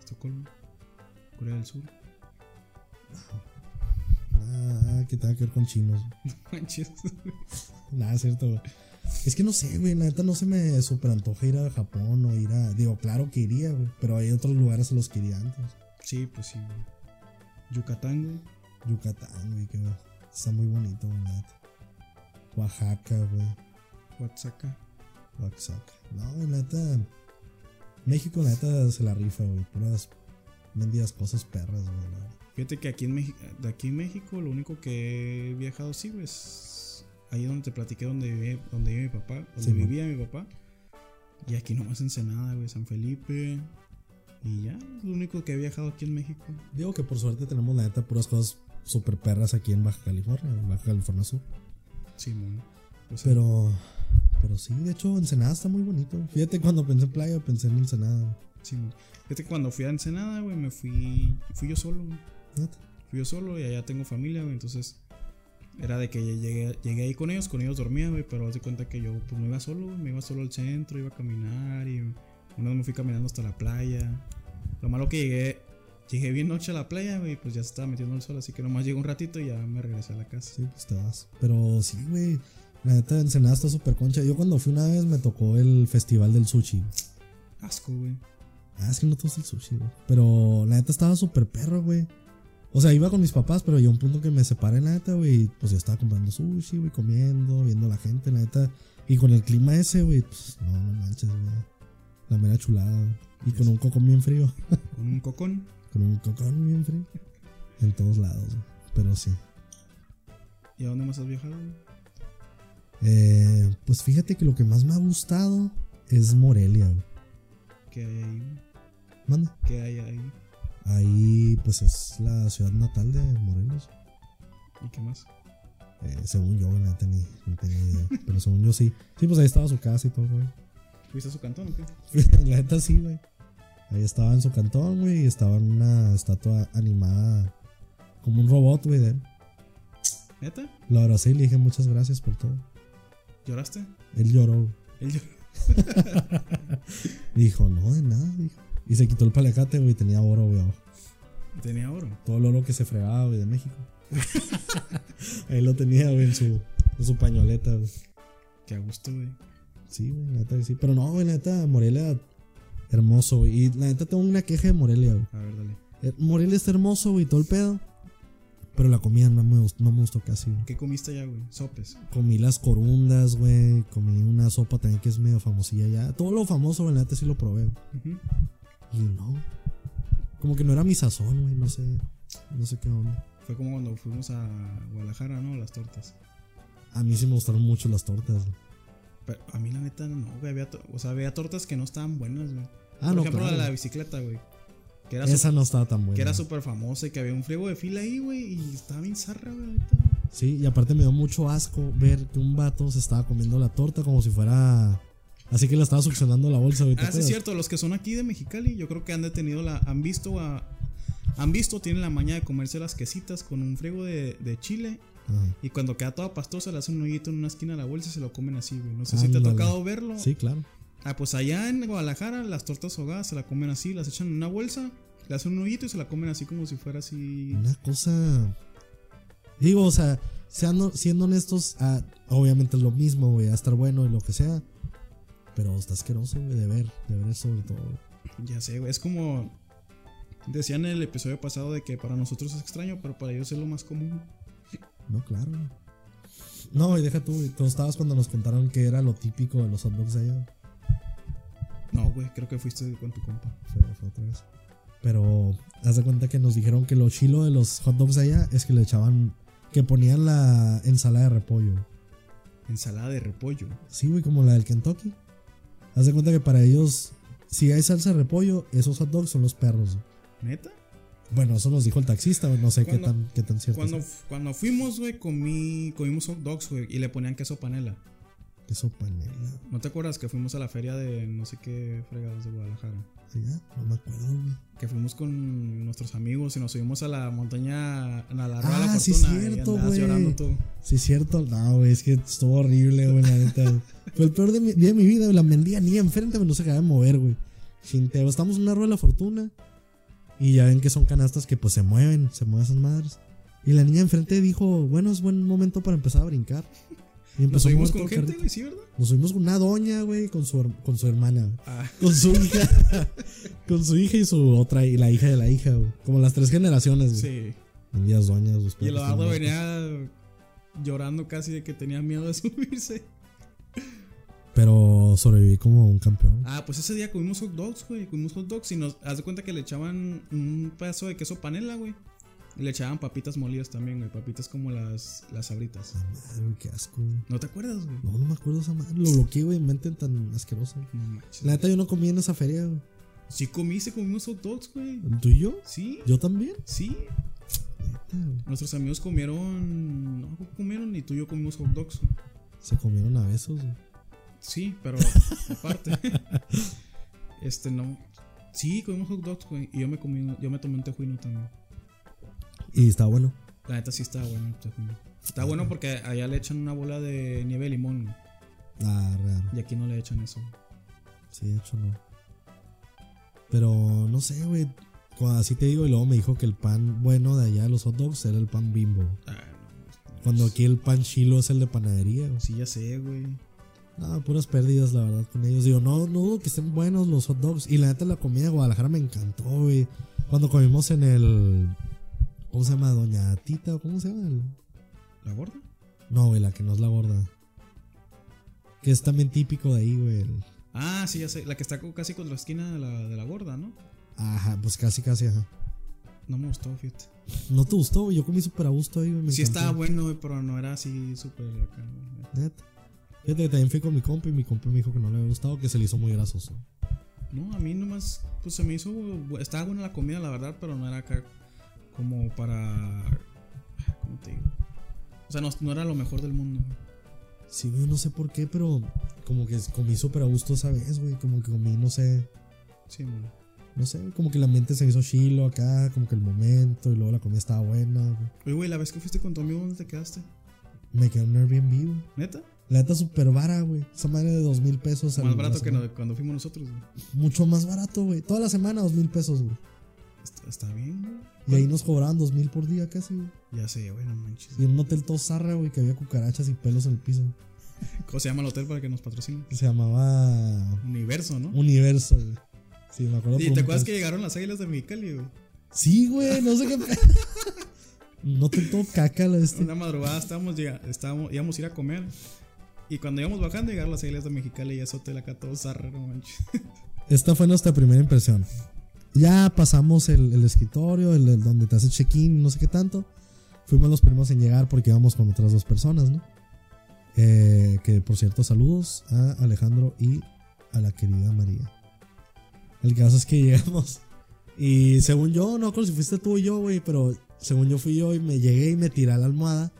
S3: Estocolmo. Corea del Sur.
S1: Nada Ah, que tenga que ver con chinos.
S3: Manches.
S1: Nada, es cierto, güey. Es que no sé, güey, la neta no se me super antoja ir a Japón o ir a... Digo, claro que iría, güey, pero hay otros lugares a los que iría antes.
S3: Sí, pues sí, güey. Yucatán, güey.
S1: Yucatán, güey, que güey, está muy bonito, güey, la neta. Oaxaca, güey.
S3: Oaxaca.
S1: Oaxaca. No, güey, la neta... México, la neta, se la rifa, güey. Puras mendigas cosas perras, güey. la neta.
S3: Fíjate que aquí en México, de aquí en México, lo único que he viajado sí, güey, es ahí donde te platiqué donde vive, donde vive mi papá, donde
S1: Sí, mo.
S3: vivía mi papá. Y aquí nomás Ensenada, güey, San Felipe. Y ya, es lo único que he viajado aquí en México.
S1: Digo que por suerte tenemos, la neta, puras cosas super perras aquí en Baja California, en Baja California Sur.
S3: Simón. O sea,
S1: Pero, pero sí, de hecho, Ensenada está muy bonito. Fíjate, cuando pensé en playa, pensé en Ensenada.
S3: Simón. Fíjate que cuando fui a Ensenada, güey, me fui, fui yo solo, güey.
S1: Neta.
S3: Fui yo solo y allá tengo familia, güey, entonces era de que llegué, llegué ahí con ellos, con ellos dormía, güey, pero haz de cuenta que yo pues me iba solo, güey, me iba solo al centro, iba a caminar y una vez me fui caminando hasta la playa. Lo malo que llegué, llegué bien noche a la playa, güey, pues ya se estaba metiendo el sol, así que nomás llegué un ratito y ya me regresé a la casa.
S1: Sí, pues te vas. Pero sí, güey. La neta, Ensenada está súper concha. Yo cuando fui una vez me tocó el festival del sushi.
S3: Asco, güey.
S1: Ah, es que no te gusta el sushi, güey. Pero la neta estaba súper perro, güey. O sea, iba con mis papás, pero yo a un punto que me separé, la neta, güey. Pues yo estaba comprando sushi, güey, comiendo, viendo a la gente, la neta. Y con el clima ese, güey, pues no, no manches, güey. La mera chulada. güey. Y con un coco bien frío.
S3: Con un cocón.
S1: Con un cocón bien frío. En todos lados, güey. Pero sí.
S3: ¿Y a dónde más has viajado, güey?
S1: Eh, pues fíjate que lo que más me ha gustado es Morelia, güey.
S3: ¿Qué hay ahí? güey?
S1: Manda.
S3: ¿Qué hay ahí?
S1: Ahí, pues es la ciudad natal de Morelos.
S3: ¿Y qué más?
S1: Eh, según yo, güey, la neta, ni, ni tenía idea. Pero según yo sí. Sí, pues ahí estaba su casa y todo, güey.
S3: ¿Fuiste a su cantón o qué?
S1: la neta sí, güey. Ahí estaba en su cantón, güey. Y estaba en una estatua animada. Como un robot, güey, de él.
S3: ¿Neta?
S1: Lo abracé y le dije muchas gracias por todo.
S3: ¿Lloraste?
S1: Él lloró, güey.
S3: Él lloró.
S1: Dijo, no, de nada, dijo. Y se quitó el palacate, güey. Tenía oro, güey, abajo.
S3: Tenía oro.
S1: Todo el oro que se fregaba, güey, de México. Ahí lo tenía, güey, en su, en su pañoleta, güey.
S3: Qué a gusto, güey.
S1: Sí, güey, la neta que sí. Pero no, güey, la neta, Morelia, hermoso, güey. Y la neta tengo una queja de Morelia, güey.
S3: A ver, dale.
S1: Eh, Morelia está hermoso, güey, todo el pedo. Pero la comida no me, gust- no me gustó casi, güey.
S3: ¿Qué comiste allá, güey? Sopes.
S1: Comí las corundas, güey. Comí una sopa también que es medio famosilla ya. Todo lo famoso, güey, la neta sí lo probé. güey.
S3: Ujú.
S1: Y no. Como que no era mi sazón, güey, no sé. No sé qué onda.
S3: Fue como cuando fuimos a Guadalajara, ¿no? Las tortas.
S1: A mí sí me gustaron mucho las tortas, güey.
S3: Pero a mí la neta no, güey. Había to- o sea, había tortas que no estaban buenas, güey.
S1: Ah,
S3: Por
S1: no,
S3: ejemplo,
S1: claro.
S3: la de la bicicleta, güey. Que era
S1: Esa no estaba tan buena.
S3: súper famosa y que había un friego de fila ahí, güey. Y estaba bien zarra, güey. la neta.
S1: Sí, y aparte me dio mucho asco ver que un vato se estaba comiendo la torta como si fuera. Así que la estaba succionando la bolsa, güey. ¿te
S3: Ah, sí, es
S1: acuerdas?
S3: cierto. Los que son aquí de Mexicali, yo creo que han detenido la. Han visto a. Han visto, tienen la maña de comerse las quesitas con un friego de, de chile.
S1: Ajá.
S3: Y cuando queda toda pastosa, le hacen un hoyito en una esquina a la bolsa y se lo comen así, güey. No sé si te ha
S1: Ándale.
S3: tocado verlo.
S1: Sí, claro.
S3: Ah, pues allá en Guadalajara las tortas ahogadas se la comen así, las echan en una bolsa, le hacen un hoyito y se la comen así como si fuera así.
S1: Una cosa. Digo, o sea, seando- siendo honestos, ah, obviamente es lo mismo, güey, a estar bueno y lo que sea. Pero está asqueroso, güey, de ver, de ver sobre todo. güey.
S3: Ya sé, güey, es como decían en el episodio pasado de que para nosotros es extraño, pero para ellos es lo más común.
S1: No, claro. güey. No, y deja tú, güey, tú estabas cuando nos contaron que era lo típico de los hot dogs de allá.
S3: No, güey, creo que fuiste con tu compa.
S1: Fue, fue otra vez. Pero haz de cuenta que nos dijeron que lo chilo de los hot dogs de allá es que le echaban que ponían la ensalada de repollo.
S3: Ensalada de repollo.
S1: Sí, güey, como la del Kentucky. Haz de cuenta que para ellos, si hay salsa de repollo, esos hot dogs son los perros. güey.
S3: ¿Neta?
S1: Bueno, eso nos dijo el taxista, güey, no sé qué
S3: Cuando-
S1: tan, qué tan cierto
S3: Cuando,
S1: es.
S3: cuando fuimos, güey, comí, comimos hot dogs, güey, y le ponían queso panela.
S1: Queso panela.
S3: ¿No te acuerdas que fuimos a la feria de no sé qué fregados de Guadalajara?
S1: Sí, ya, no me acuerdo, güey.
S3: Que fuimos con nuestros amigos y nos subimos a la montaña, a la rueda de la
S1: Ah,
S3: fortuna.
S1: sí,
S3: y
S1: cierto,
S3: andabas
S1: güey.
S3: llorando tú.
S1: Sí, es cierto. No, güey, es que estuvo horrible, güey, la neta. güey. Fue el peor de mi- día de mi vida, güey. La mendiga ni enfrente me no se acaba de mover, güey. Gente, estamos en una rueda de la fortuna. Y ya ven que son canastas que pues se mueven, se mueven esas madres. Y la niña enfrente dijo, bueno, es buen momento para empezar a brincar. Y
S3: Nos
S1: empezó a
S3: subimos
S1: mover todo
S3: con
S1: el
S3: gente,
S1: carrito.
S3: güey, sí, ¿verdad?
S1: Nos subimos con una doña, güey, con su, her- con su hermana, güey.
S3: Ah,
S1: Con su hija. con su hija y su otra, y la hija de la hija, güey. Como las tres generaciones, güey.
S3: sí.
S1: Mendigas doñas, güey, espero
S3: Y
S1: que
S3: el
S1: estén
S3: Eduardo
S1: locos.
S3: venía llorando casi de que tenía miedo de subirse.
S1: Pero sobreviví como un campeón.
S3: Ah, pues ese día comimos hot dogs, güey. Comimos hot dogs y nos. Haz de cuenta que le echaban un pedazo de queso panela, güey. Y le echaban papitas molidas también, güey. Papitas como las, las abritas.
S1: Esa madre, güey, qué asco. güey.
S3: ¿No te acuerdas, güey?
S1: No, no me acuerdo esa madre. Lo bloqueé, güey, en mente tan asquerosa.
S3: No manches.
S1: La neta, yo no comí en esa feria, güey.
S3: Sí comí, sí comimos hot dogs, güey.
S1: ¿Tú y yo?
S3: Sí,
S1: ¿Yo también?
S3: sí.
S1: Neta, güey.
S3: Nuestros amigos comieron. No, comieron y tú y yo comimos hot dogs. güey.
S1: Se comieron a besos, güey.
S3: Sí, pero aparte. este no. Sí, comimos hot dogs, güey. Y yo me comí, yo me tomé un tejuino también.
S1: Y está bueno.
S3: La neta sí está bueno el tejuino. Está bueno porque allá le echan una bola de nieve de limón. güey.
S1: Ah, real.
S3: Y aquí no le echan eso.
S1: Sí, de hecho no. Pero no sé, güey. Cuando así te digo, y luego me dijo que el pan bueno de allá de los hot dogs era el pan bimbo.
S3: Ah, no, no.
S1: Cuando aquí el pan chilo es el de panadería, güey.
S3: Sí, ya sé, güey.
S1: No, puras pérdidas, la verdad, con ellos. Digo, no, no dudo que estén buenos los hot dogs. Y la neta, la comida de Guadalajara me encantó, güey. Cuando comimos en el. ¿Cómo se llama? Doña Tita, ¿o ¿cómo se llama? El-
S3: ¿La gorda?
S1: No, güey, la que no es la gorda. Que es también típico de ahí, güey. el-
S3: Ah, sí, ya sé. La que está co- casi contra la esquina de la, de la gorda, ¿no?
S1: Ajá, pues casi, casi, ajá.
S3: No me gustó, fíjate.
S1: ¿No te gustó, güey? Yo comí súper a gusto ahí, güey. me
S3: Sí
S1: encantó.
S3: estaba bueno, güey, pero no era así súper acá. güey.
S1: Neta. Fíjate que también fui con mi compa y mi compa me dijo que no le había gustado, que se le hizo muy grasoso.
S3: No, a mí nomás, pues se me hizo, estaba buena la comida, la verdad, pero no era acá como para, ¿cómo te digo? O sea, no, no era lo mejor del mundo.
S1: Sí, güey, no sé por qué, pero como que comí súper a gusto esa vez, güey. Como que comí, no sé.
S3: Sí, bueno.
S1: No sé, como que la mente se hizo chilo acá, como que el momento, y luego la comida estaba buena. güey.
S3: Oye, güey, la vez que fuiste con tu amigo, ¿dónde te quedaste?
S1: Me quedé en un Airbnb, güey.
S3: ¿Neta?
S1: La neta super vara, güey. Esa madre de dos mil pesos. a
S3: Más
S1: la
S3: barato que
S1: semana.
S3: no- cuando fuimos nosotros, güey.
S1: Mucho más barato, güey. Toda la semana dos mil pesos, güey.
S3: Está, está bien, güey.
S1: Y ahí nos cobraban dos mil por día casi, güey.
S3: Ya sé, güey, no manches.
S1: Y en un hotel todo zarra, güey, que había cucarachas y pelos en el piso.
S3: ¿Cómo se llama el hotel para que nos patrocinen?
S1: Se llamaba
S3: Universo, ¿no?
S1: Universo, güey. Sí, me acuerdo. por
S3: ¿Y
S1: un
S3: te acuerdas que
S1: peso.
S3: llegaron las águilas de Mexicali, güey?
S1: Sí, güey, no sé qué. no te todo caca la este.
S3: Una madrugada estábamos, llega- estábamos, íbamos a ir a comer. Y cuando íbamos bajando, llegaron las águilas de Mexicali y ese hotel acá todo zarra, no manches.
S1: Esta fue nuestra primera impresión. Ya pasamos el, el escritorio, el, el donde te hace check-in, no sé qué tanto. Fuimos los primeros en llegar porque íbamos con otras dos personas, ¿no? Eh, que por cierto, saludos a Alejandro y a la querida María. El caso es que llegamos. Y según yo, no creo si fuiste tú y yo, güey, pero según yo fui yo y me llegué y me tiré a la almohada.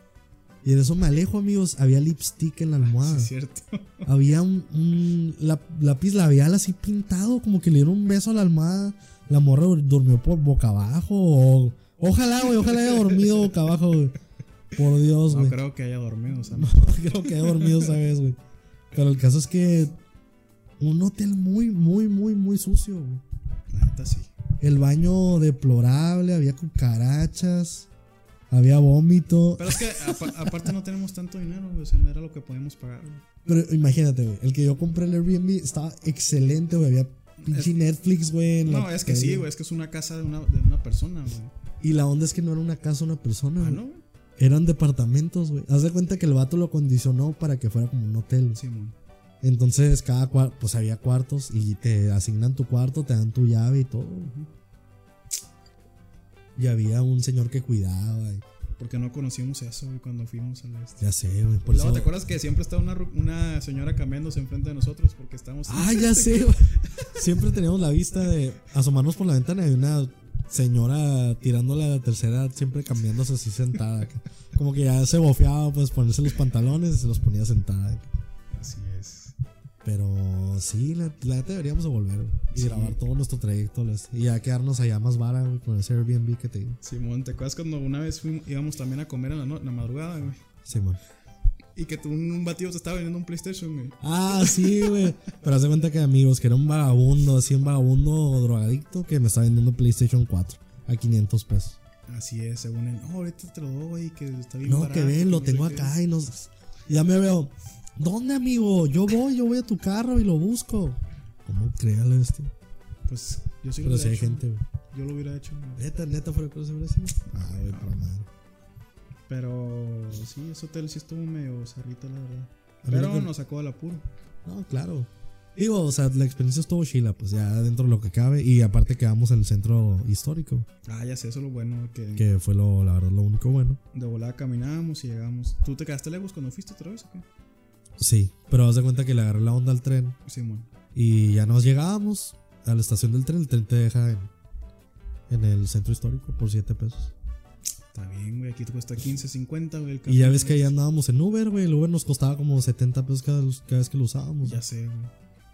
S1: Y en eso me alejo, amigos. Había lipstick en la almohada.
S3: Sí, es cierto.
S1: Había un, un la- lápiz labial así pintado, como que le dieron un beso a la almohada. La morra dur- durmió por boca abajo. o- ojalá, güey, ojalá haya dormido boca abajo, güey. Por Dios,
S3: No
S1: güey.
S3: creo que haya dormido, o sea, no.
S1: creo que he dormido esa vez, güey. Pero el caso es que un hotel muy, muy, muy, muy sucio, güey.
S3: La neta sí.
S1: El baño deplorable, había cucarachas, había vómito.
S3: Pero es que apa- aparte no tenemos tanto dinero, güey, o sea, no era lo que podíamos pagar. güey.
S1: Pero imagínate, güey, el que yo compré el Airbnb estaba excelente, güey. Había pinche Netflix, güey. en la
S3: No, es que sí,
S1: tele.
S3: güey, es que es una casa de una, de una persona, güey.
S1: Y la onda es que no era una casa, una persona,
S3: Ah,
S1: güey.
S3: ¿no? güey?
S1: Eran departamentos, güey. Haz de cuenta que el vato lo condicionó para que fuera como un hotel. güey.
S3: Sí, güey.
S1: Entonces, cada cuarto, pues había cuartos y te asignan tu cuarto, te dan tu llave y todo. güey. Y había un señor que cuidaba. y-
S3: Porque no conocíamos eso, güey, cuando fuimos al este.
S1: Ya sé, güey. Por
S3: Luego,
S1: eso...
S3: ¿te acuerdas que siempre está una, ru- una señora cambiándose enfrente de nosotros? Porque estamos.
S1: Ah, ya sé. güey. Siempre teníamos la vista de asomarnos por la ventana de una señora tirando la tercera, siempre cambiándose así sentada. acá. Como que ya se bofeaba, pues ponerse los pantalones y se los ponía sentada. acá.
S3: Así es.
S1: Pero sí, la, la neta deberíamos de volver güey, y
S3: Sí.
S1: grabar todo nuestro trayecto las- y ya quedarnos allá más vara güey, con ese Airbnb que te digo.
S3: Simón, ¿te acuerdas cuando una vez fuimos- íbamos también a comer en la, no- en la madrugada, güey?
S1: Simón.
S3: Y que tú, un, un batido te estaba vendiendo un PlayStation, güey.
S1: Ah, sí, güey. Pero hace cuenta que amigos, que era un vagabundo, así un vagabundo drogadicto que me está vendiendo PlayStation 4 a 500 pesos.
S3: Así es, según él. No, ahorita te lo doy, güey, que está bien.
S1: No,
S3: barato,
S1: que ven, lo
S3: no
S1: tengo
S3: sé qué".
S1: acá y no Ya me veo. ¿Dónde, amigo? Yo voy, yo voy a tu carro y lo busco. ¿Cómo créalo este?
S3: Pues yo sí lo
S1: Pero si
S3: hubiera
S1: hay
S3: hecho.
S1: gente, güey.
S3: Yo lo hubiera hecho, güey.
S1: Neta, neta, fuera de cosa, ¿verdad? Ah, güey, para madre.
S3: Pero sí, ese hotel sí estuvo medio cerrito, la verdad.
S1: A mí lo
S3: Pero
S1: que-
S3: nos sacó al apuro.
S1: No, claro. Digo, o sea, la experiencia estuvo chila, pues ya dentro de lo que cabe. Y aparte quedamos en el centro histórico,
S3: Ah, ya sé, eso es lo bueno, que
S1: que fue lo, la verdad, lo único bueno.
S3: de volada caminábamos y llegamos. ¿Tú te quedaste lejos cuando fuiste otra vez o qué?
S1: Sí, pero haz de cuenta que le agarré la onda al tren
S3: Simón.
S1: y ya nos llegábamos a la estación del tren. El tren te deja en, en el centro histórico por 7 pesos.
S3: Está bien, güey, aquí te cuesta 15.50, güey. el
S1: Pues, Y ya ves que
S3: camión.
S1: ahí andábamos en Uber, güey. El Uber nos costaba como 70 pesos cada, cada vez que lo usábamos.
S3: Ya sé, güey.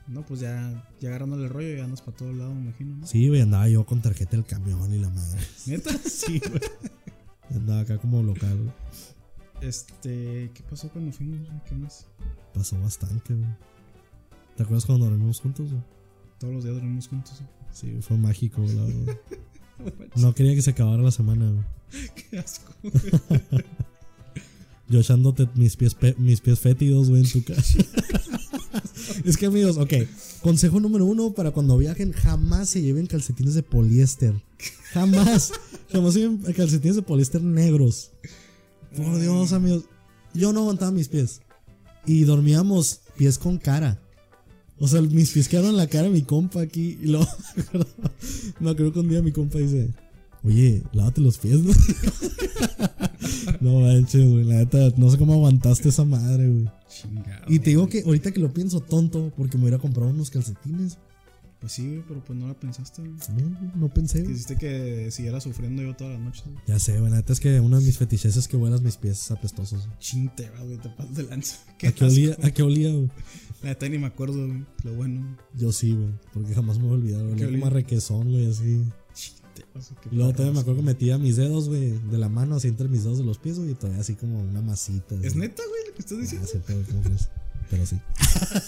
S3: No, pues ya, ya agarrándole el rollo, ya andas para todos lados, me imagino. ¿no?
S1: Sí, güey, andaba yo con tarjeta del camión y la madre.
S3: ¿Neta? Sí, güey.
S1: Andaba acá como local, güey.
S3: Este, ¿qué pasó cuando fuimos? güey? ¿Qué más?
S1: Pasó bastante, güey. ¿Te acuerdas cuando dormimos juntos, güey?
S3: Todos los días dormimos juntos. güey.
S1: Sí, fue mágico, güey, la verdad. No quería que se acabara la semana, güey.
S3: Qué asco, güey.
S1: Yo echándote mis pies, pe- mis pies fétidos, güey, en tu casa. es que, amigos, ok. Consejo número uno para cuando viajen, jamás se lleven calcetines de poliéster. Jamás. jamás se lleven calcetines de poliéster negros. Por Dios, amigos. Yo no aguantaba mis pies. Y dormíamos pies con cara. O sea, mis pies quedaron en la cara de mi compa aquí. Y luego, me acuerdo que un día mi compa dice... Oye, lávate los pies, ¿no? No manches, güey. La neta, no sé cómo aguantaste esa madre, güey.
S3: Chingado.
S1: Y te digo que ahorita que lo pienso, tonto, porque me hubiera comprado unos calcetines.
S3: Pues sí, güey, pero pues no la pensaste, güey.
S1: No, no pensé,
S3: Que
S1: güey.
S3: hiciste que siguiera sufriendo yo todas las noches. güey.
S1: Ya sé, güey. La neta es que uno de mis fetiches es que huelas mis pies apestosos.
S3: Chinte, güey, te pasas de lanza. Qué
S1: ¿A qué
S3: asco.
S1: olía, ¿a qué olía güey?
S3: La neta ni me acuerdo, güey. Lo bueno.
S1: Yo sí, güey. Porque jamás me voy a olvidar, güey.
S3: qué
S1: Olía como
S3: olía?
S1: a requesón, güey, así.
S3: Chinte, o sea, qué
S1: Y luego todavía me
S3: perrazo,
S1: acuerdo que
S3: güey.
S1: metía mis dedos, güey, de la mano, así entre mis dedos de los pies, güey. Y todavía así como una masita.
S3: ¿Es
S1: así.
S3: neta, güey, lo que estás
S1: Ah,
S3: diciendo?
S1: sí, pero, ¿cómo crees? Pero sí.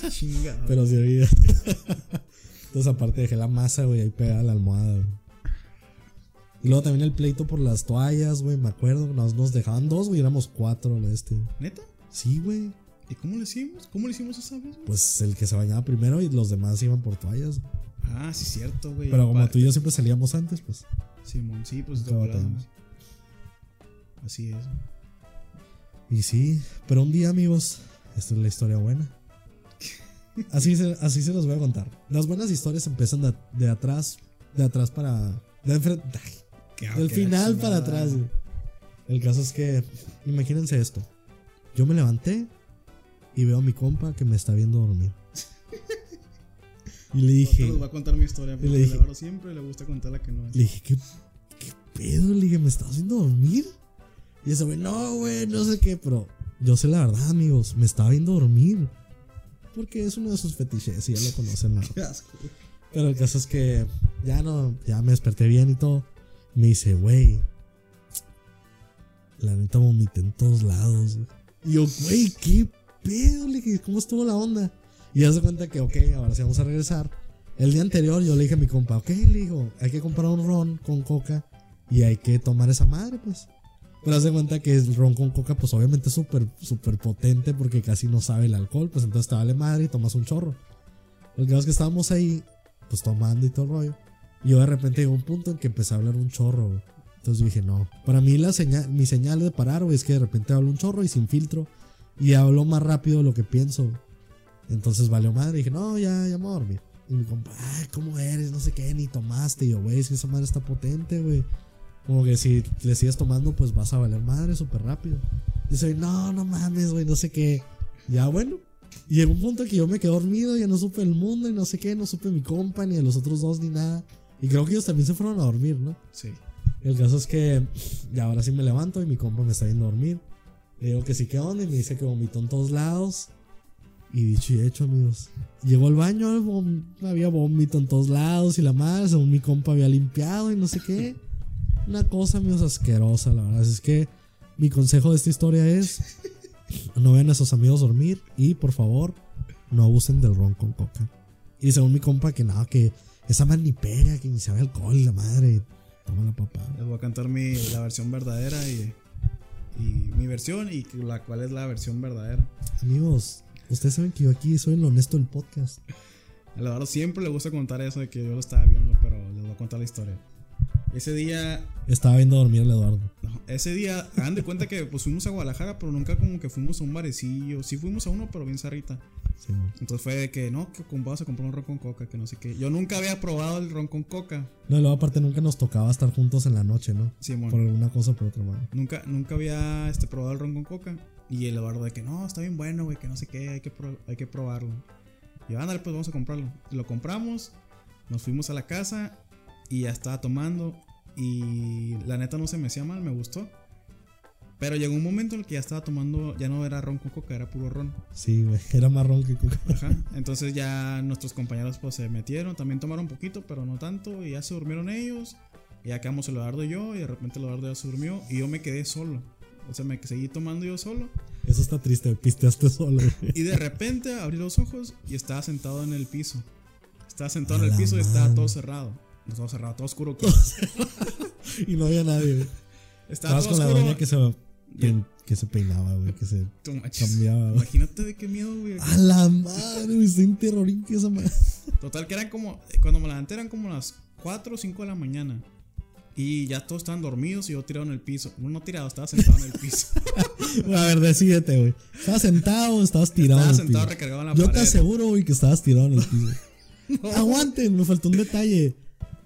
S3: Chingado.
S1: Pero sí había. Entonces, aparte, dejé la masa, güey, ahí pegada a la almohada, güey. Y luego también el pleito por las toallas, güey, me acuerdo. Nos, nos dejaban dos, güey, éramos cuatro, lo este.
S3: ¿Neta?
S1: Sí, güey.
S3: ¿Y cómo le hicimos? ¿Cómo le hicimos esa vez, güey?
S1: Pues el que se bañaba primero y los demás iban por toallas. güey.
S3: Ah, sí, cierto, güey.
S1: Pero como
S3: Pa-
S1: tú y yo siempre salíamos antes, pues.
S3: Simón, sí, pues de
S1: Nunca
S3: volada,
S1: batallamos.
S3: güey. Así es.
S1: Y sí, pero un día, amigos, esta es la historia buena. Así se, así se los voy a contar. Las buenas historias empiezan de, de atrás, de atrás para. De enfrente.
S3: Qué
S1: Del
S3: asco,
S1: final
S3: la
S1: para atrás, güey. El caso es que, imagínense esto. Yo me levanté y veo a mi compa que me está viendo dormir. Y le
S3: Dije.
S1: dije,
S3: Les va a contar mi historia, porque
S1: dije-
S3: el Álvaro siempre le gusta contar la que no es.
S1: le dije, ¿qué, qué pedo? Le dije, ¿me estás haciendo dormir? Y ese güey, no, güey, no sé qué, pero yo sé la verdad, amigos, me estaba viendo dormir. Porque es uno de sus fetiches y ya lo conocen, ¿no?
S3: Qué asco, güey.
S1: Pero el caso es que ya no, ya me desperté bien y todo. Me dice, güey, la neta vomité en todos lados. güey". Y yo, güey, qué pedo, le dije, ¿cómo estuvo la onda? Y ya se cuenta que, ok, ahora sí vamos a regresar. El día anterior yo le dije a mi compa, ok, le digo, hay que comprar un ron con coca y hay que tomar esa madre, pues. Pero hace cuenta que el ron con coca, pues obviamente es súper, súper potente porque casi no sabe el alcohol, pues entonces te vale madre y tomas un chorro. El caso es que estábamos ahí pues tomando y todo el rollo. Y yo de repente llegó un punto en que empecé a hablar un chorro, güey. Entonces yo dije, no. Para mí la señal, mi señal de parar, güey, es que de repente hablo un chorro y sin filtro. Y hablo más rápido de lo que pienso. güey. Entonces valió madre. Dije, no, ya, ya me voy a dormir. Y mi compa, ay, ¿cómo eres? No sé qué, ni tomaste. Y yo, güey, es que esa madre está potente, güey. Como que si le sigues tomando, pues vas a valer madre súper rápido. Y soy, no, no mames, güey, no sé qué. Ya bueno. Y en un punto que yo me quedé dormido, ya no supe el mundo y no sé qué, no supe mi compa, ni a los otros dos, ni nada. Y creo que ellos también se fueron a dormir, ¿no?
S3: Sí.
S1: El caso es que ya ahora sí me levanto y mi compa me está viendo dormir. Le digo que sí, que onda y me dice que vomitó en todos lados. Y dicho y hecho, amigos. Llegó al baño, vom- había vómito en todos lados y la madre, según mi compa había limpiado y no sé qué. Una cosa, amigos, asquerosa, la verdad. Así es que mi consejo de esta historia es: no vean a sus amigos dormir y por favor, no abusen del ron con coca. Y según mi compa, que nada, que esa madre ni pega, que ni sabe alcohol, la madre. Toma la papá.
S3: Les voy a cantar mi, la versión verdadera y, y mi versión y la cual es la versión verdadera.
S1: Amigos, ustedes saben que yo aquí soy el honesto del podcast.
S3: El Eduardo siempre le gusta contar eso de que yo lo estaba viendo, pero les voy a contar la historia. Ese día,
S1: Estaba viendo dormir al Eduardo.
S3: no, ese día, hagan de cuenta que pues fuimos a Guadalajara, pero nunca como que fuimos a un barecillo. Sí fuimos a uno, pero bien zarrita.
S1: Sí, mo.
S3: Entonces fue de que no, que com- vamos a comprar un ron con coca, que no sé qué. Yo nunca había probado el ron con coca,
S1: no, y luego aparte nunca nos tocaba estar juntos en la noche, ¿no?
S3: Simón.
S1: Por alguna cosa o por otra, mano.
S3: Nunca, nunca había este, probado el ron con coca. Y el Eduardo de que no, está bien bueno, güey, que no sé qué, hay que, pro- hay que probarlo. Y yo, ándale, pues vamos a comprarlo. Lo compramos, nos fuimos a la casa y ya estaba tomando. Y la neta no se me hacía mal, me gustó. Pero llegó un momento en el que ya estaba tomando, ya no era ron con coca, era puro ron.
S1: Sí, güey. Era marrón que coca.
S3: Ajá. Entonces ya nuestros compañeros pues se metieron, también tomaron poquito, pero no tanto, y ya se durmieron ellos, y ya quedamos el Eduardo y yo, y de repente el Eduardo ya se durmió, y yo me quedé solo. O sea, me seguí tomando yo solo,
S1: Eso está triste, pisteaste solo, güey.
S3: y de repente abrí los ojos y estaba sentado en el piso. Estaba sentado
S1: A
S3: en el
S1: la
S3: piso y estaba todo
S1: madre.
S3: cerrado. No, Todo cerrado, todo oscuro.
S1: Y no había nadie, güey.
S3: Estaba
S1: Estabas
S3: todo
S1: con la doña
S3: oscuro.
S1: que se, pein- que se peinaba, güey. Que se
S3: Tú, manches.
S1: cambiaba, güey.
S3: Imagínate de qué miedo, güey.
S1: A la madre, güey. Está en terrorín que esa madre.
S3: Total, que eran como. Cuando me levanté eran como las 4 o 5 de la mañana. Y ya todos estaban dormidos y yo tirado en el piso. Bueno, no tirado, estaba sentado en el piso.
S1: A ver, decídete, güey. ¿Estabas sentado o estabas tirado?
S3: estaba
S1: en el
S3: sentado
S1: piso?
S3: recargado en la
S1: Yo te
S3: pared.
S1: aseguro, güey, que estabas tirado en el piso. Aguanten, me faltó un detalle.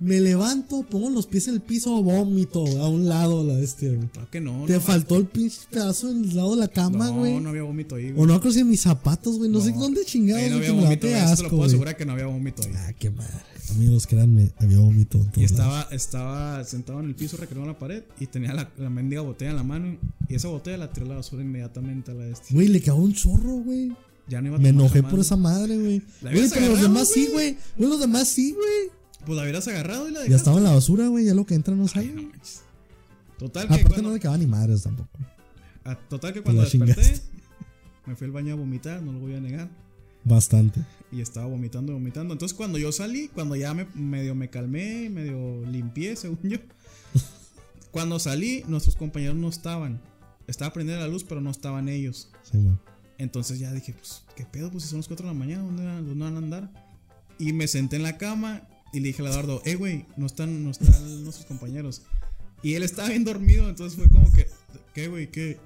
S1: Me levanto, pongo los pies en el piso, vómito a un lado la bestia, güey.
S3: Claro que no.
S1: Te
S3: no,
S1: faltó el pinche pedazo del lado de la cama, güey.
S3: no, no había vómito ahí,
S1: o
S3: güey.
S1: no creo si en mis zapatos, güey. No, sé
S3: No.
S1: dónde
S3: Ahí
S1: chingados,
S3: no
S1: güey,
S3: había
S1: que me da
S3: vómito, güey. Esto
S1: pedazo,
S3: lo puedo
S1: güey.
S3: asegurar que no había vómito ahí.
S1: Ah, qué madre. Amigos, créanme, había vómito en
S3: Y
S1: todos lados.
S3: estaba, estaba sentado en el piso recargado en la pared y tenía la, la mendiga botella en la mano. Y esa botella la tiré a la basura inmediatamente a la bestia.
S1: Güey, le cagó un chorro, güey.
S3: Ya no iba a
S1: Me
S3: tomar
S1: enojé
S3: jamás.
S1: por esa madre, güey.
S3: La
S1: Güey,
S3: habías
S1: pero los
S3: agarrado,
S1: demás sí, güey. Güey, los demás sí, güey.
S3: Pues la hubieras agarrado y la
S1: Ya
S3: dejaste.
S1: estaba en la basura, güey. Ya lo que entra no sale.
S3: No manches. Total, que
S1: Aparte
S3: cuando-
S1: Ah, no le cagaba ni madres tampoco.
S3: A- total que cuando
S1: la
S3: desperté,
S1: chingaste.
S3: me fui al baño a vomitar, no lo voy a negar.
S1: Bastante.
S3: Y estaba vomitando, vomitando. Entonces cuando yo salí, cuando ya me, medio me calmé, medio limpié, según yo. Cuando salí, nuestros compañeros no estaban. Estaba prendida la luz, pero no estaban ellos.
S1: Sí, güey.
S3: Entonces ya dije, pues, ¿qué pedo? Pues si son las 4 de la mañana, ¿dónde, van- dónde van a andar? Y me senté en la cama y le dije a Eduardo, eh, güey, no están, no están nuestros compañeros. Y él estaba bien dormido, entonces fue como que, ¿qué, güey? ¿Qué?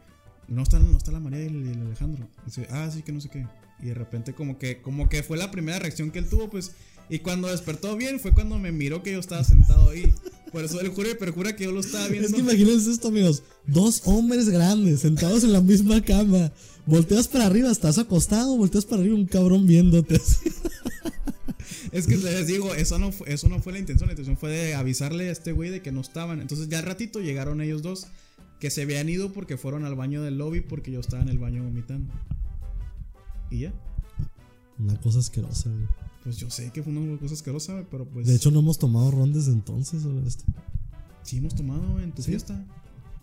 S3: No están, no está la María y el, el Alejandro. Dice, ah, sí, que no sé qué. Y de repente como que, como que fue la primera reacción que él tuvo, pues. Y cuando despertó bien fue cuando me miró que yo estaba sentado ahí. Por eso él jura y perjura que yo lo estaba viendo.
S1: Es que imagínense esto, amigos. Dos hombres grandes sentados en la misma cama. Volteas para arriba, estás acostado, volteas para arriba, un cabrón viéndote.
S3: Es que les digo, eso no, fue, eso no fue la intención. La intención fue de avisarle a este güey de que no estaban. Entonces ya al ratito llegaron ellos dos que se habían ido porque fueron al baño del lobby porque yo estaba en el baño vomitando. Y ya.
S1: Una cosa asquerosa, güey.
S3: Pues yo sé que fue una cosa asquerosa, güey, pero pues.
S1: De hecho, no hemos tomado ron desde entonces, sobre esto.
S3: sí hemos tomado en tu
S1: ¿Sí?
S3: fiesta.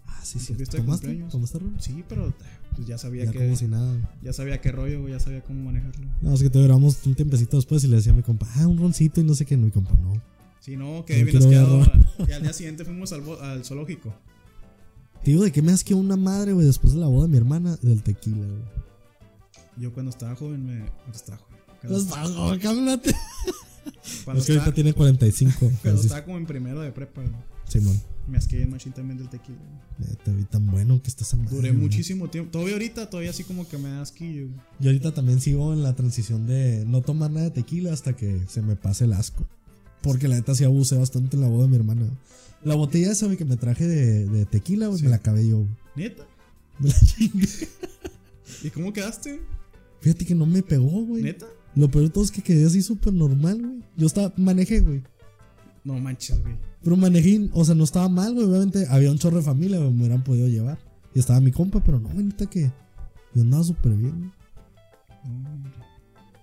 S1: Ah, sí,
S3: ¿Tu
S1: sí.
S3: fiesta de
S1: ¿Tomaste?
S3: cumpleaños?
S1: ¿Tomaste ron?
S3: Sí, pero eh, pues ya sabía
S1: Ya
S3: que.
S1: como si nada. güey.
S3: Ya sabía qué rollo, güey, ya sabía cómo manejarlo.
S1: No, es que te duramos un tiempecito después y le decía a mi compa, ah, un roncito y no sé qué. No, mi compa, no.
S3: Si no,
S1: No
S3: quedé bien
S1: quiero
S3: asqueado.
S1: ver
S3: Y al día siguiente fuimos al, bo- al zoológico.
S1: Te digo, ¿de qué me asqueó una madre, güey, después de la boda de mi hermana? Del tequila, güey.
S3: Yo cuando estaba joven me. Cuando estaba joven. Cuando,
S1: Pues, ah, cálmate.
S3: cuando
S1: es que ahorita
S3: estaba,
S1: tiene 45.
S3: cuando
S1: Francisco.
S3: estaba como en primero de prepa, güey.
S1: Simón. Eh,
S3: Me asqué bien machín también del tequila. güey.
S1: Te vi tan bueno que estás amando.
S3: Duré muchísimo tiempo. Todavía ahorita, todavía así como que me da asquillo. güey.
S1: Yo ahorita también sigo en la transición de no tomar nada de tequila hasta que se me pase el asco. Porque la neta sí abusé bastante en la boda de mi hermana. La botella esa güey, que me traje de, de tequila, güey,
S3: Sí.
S1: me la acabé yo. güey.
S3: ¿Neta?
S1: Me la chingué.
S3: ¿Y cómo quedaste?
S1: Fíjate que no me pegó, güey.
S3: ¿Neta?
S1: Lo peor de todo es que quedé así súper normal, güey. Yo estaba, manejé, güey.
S3: No manches, güey.
S1: Pero manejé, o sea, no estaba mal, güey. Obviamente había un chorro de familia, güey, me hubieran podido llevar. Y estaba mi compa, pero no, güey, neta que. Yo andaba súper bien, güey.
S3: No, hombre.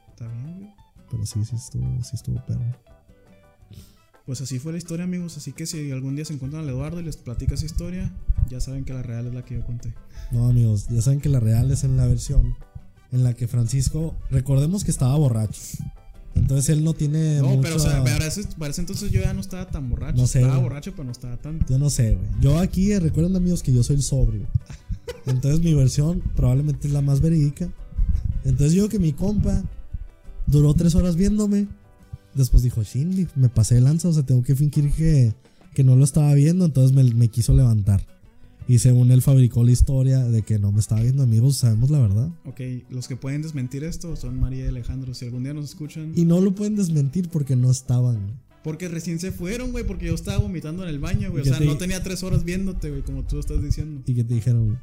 S3: Está bien, güey.
S1: Pero sí, sí estuvo, sí estuvo perro.
S3: Pues así fue la historia, amigos. Así que si algún día se encuentran al Eduardo y les platica esa historia, ya saben que la real es la que yo conté.
S1: No, amigos, ya saben que la real es en la versión en la que Francisco, recordemos que estaba borracho. Entonces él no tiene.
S3: No,
S1: mucho-
S3: pero o sea, para ese, para ese entonces yo ya no estaba tan borracho.
S1: Eh, No sé,
S3: estaba
S1: güey.
S3: borracho, pero no estaba tan.
S1: Yo no sé, güey. Yo aquí, eh, recuerden, amigos, que yo soy el sobrio. Entonces mi versión probablemente es la más verídica. Entonces yo que mi compa duró tres horas viéndome. Después dijo, Shindy, me pasé de lanza, o sea, tengo que fingir que, que no lo estaba viendo. Entonces me, me quiso levantar. Y según él fabricó la historia de que no me estaba viendo, amigos, sabemos la verdad.
S3: Ok, los que pueden desmentir esto son María y Alejandro. Si algún día nos escuchan.
S1: Y no lo pueden desmentir porque no estaban. güey.
S3: Porque recién se fueron, güey, porque yo estaba vomitando en el baño, güey. O
S1: Ya
S3: sea,
S1: te-
S3: no tenía tres horas viéndote, güey, como tú estás diciendo.
S1: Y que te dijeron, güey,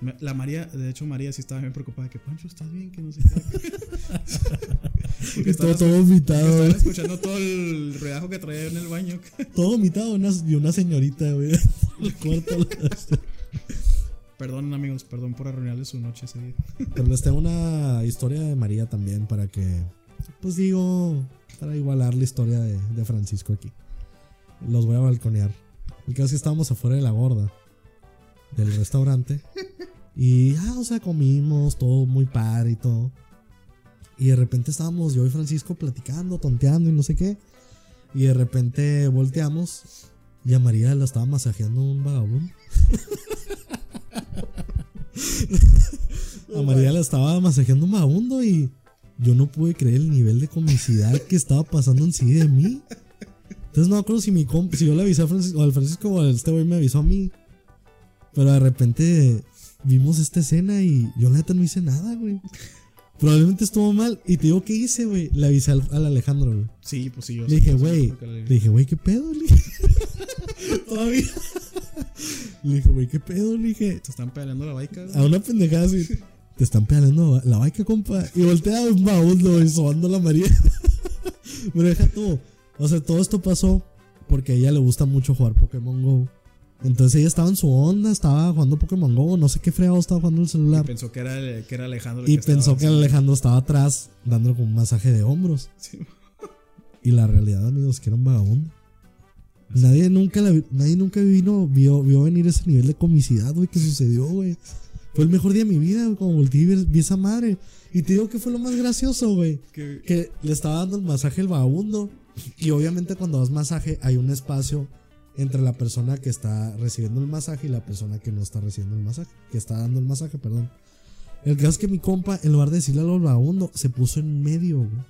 S3: Me- La María, de hecho, María sí estaba bien preocupada. Que Pancho, ¿estás bien? Que no sé qué. porque
S1: todo,
S3: estaba,
S1: todo
S3: porque
S1: vomitado,
S3: estaba
S1: güey.
S3: escuchando todo el ruidajo que traía en el baño.
S1: todo vomitado. Una, y una señorita, güey. El cuarto, la-
S3: perdón, amigos, perdón por arruinarles su noche ese día.
S1: Pero les tengo una historia de María también para que, pues digo, para igualar la historia de, de Francisco aquí. Los voy a balconear. El caso es que estábamos afuera de la gorda del restaurante. Y ya, o sea, comimos todo muy par y todo. Y de repente estábamos yo y Francisco platicando, tonteando y no sé qué. Y de repente volteamos y a María la estaba masajeando un vagabundo. A María la estaba masajeando un vagabundo y yo no pude creer el nivel de comicidad que estaba pasando en sí de mí. Entonces no me acuerdo si mi comp- si yo le avisé a Francisco, o al Francisco o al este güey me avisó a mí. Pero de repente vimos esta escena y yo la neta no hice nada, güey. Probablemente estuvo mal. Y te digo que hice, güey. Le avisé al, al Alejandro, güey.
S3: Sí, pues sí, yo
S1: Le dije,
S3: yo sí,
S1: güey.
S3: porque
S1: Le
S3: le-
S1: dije, güey, ¿qué pedo? Le dije. Todavía. Le dije, güey, ¿qué pedo? Le dije.
S3: Se están peleando la baica. güey.
S1: A una pendejada así. Te están pedaleando la baica, compa. Y voltea un baúl, y sobando la María. Pero deja tú. O sea, todo esto pasó porque a ella le gusta mucho jugar Pokémon Go. Entonces ella estaba en su onda, estaba jugando Pokémon Go, no sé qué fregado estaba jugando en el
S3: Y
S1: celular.
S3: pensó que era, el- que era Alejandro. el
S1: Y pensó
S3: estaba
S1: que Alejandro estaba atrás dándole como un masaje de hombros.
S3: así. Sí.
S1: Y la realidad, amigos, que era un vagabundo. Nadie nunca, la vi- nadie nunca vino, vio, vio venir ese nivel de comicidad, güey, que sucedió, güey. Fue el mejor día de mi vida, güey, cuando volteé y vi, vi esa madre. Y te digo que fue lo más gracioso, güey.
S3: Que-
S1: Que le estaba dando el masaje el vagabundo. Y obviamente cuando das masaje hay un espacio entre la persona que está recibiendo el masaje y la persona que no está recibiendo el masaje. Que está dando el masaje, perdón. El caso es que mi compa, en lugar de decirle al vagabundo, se puso en medio, güey.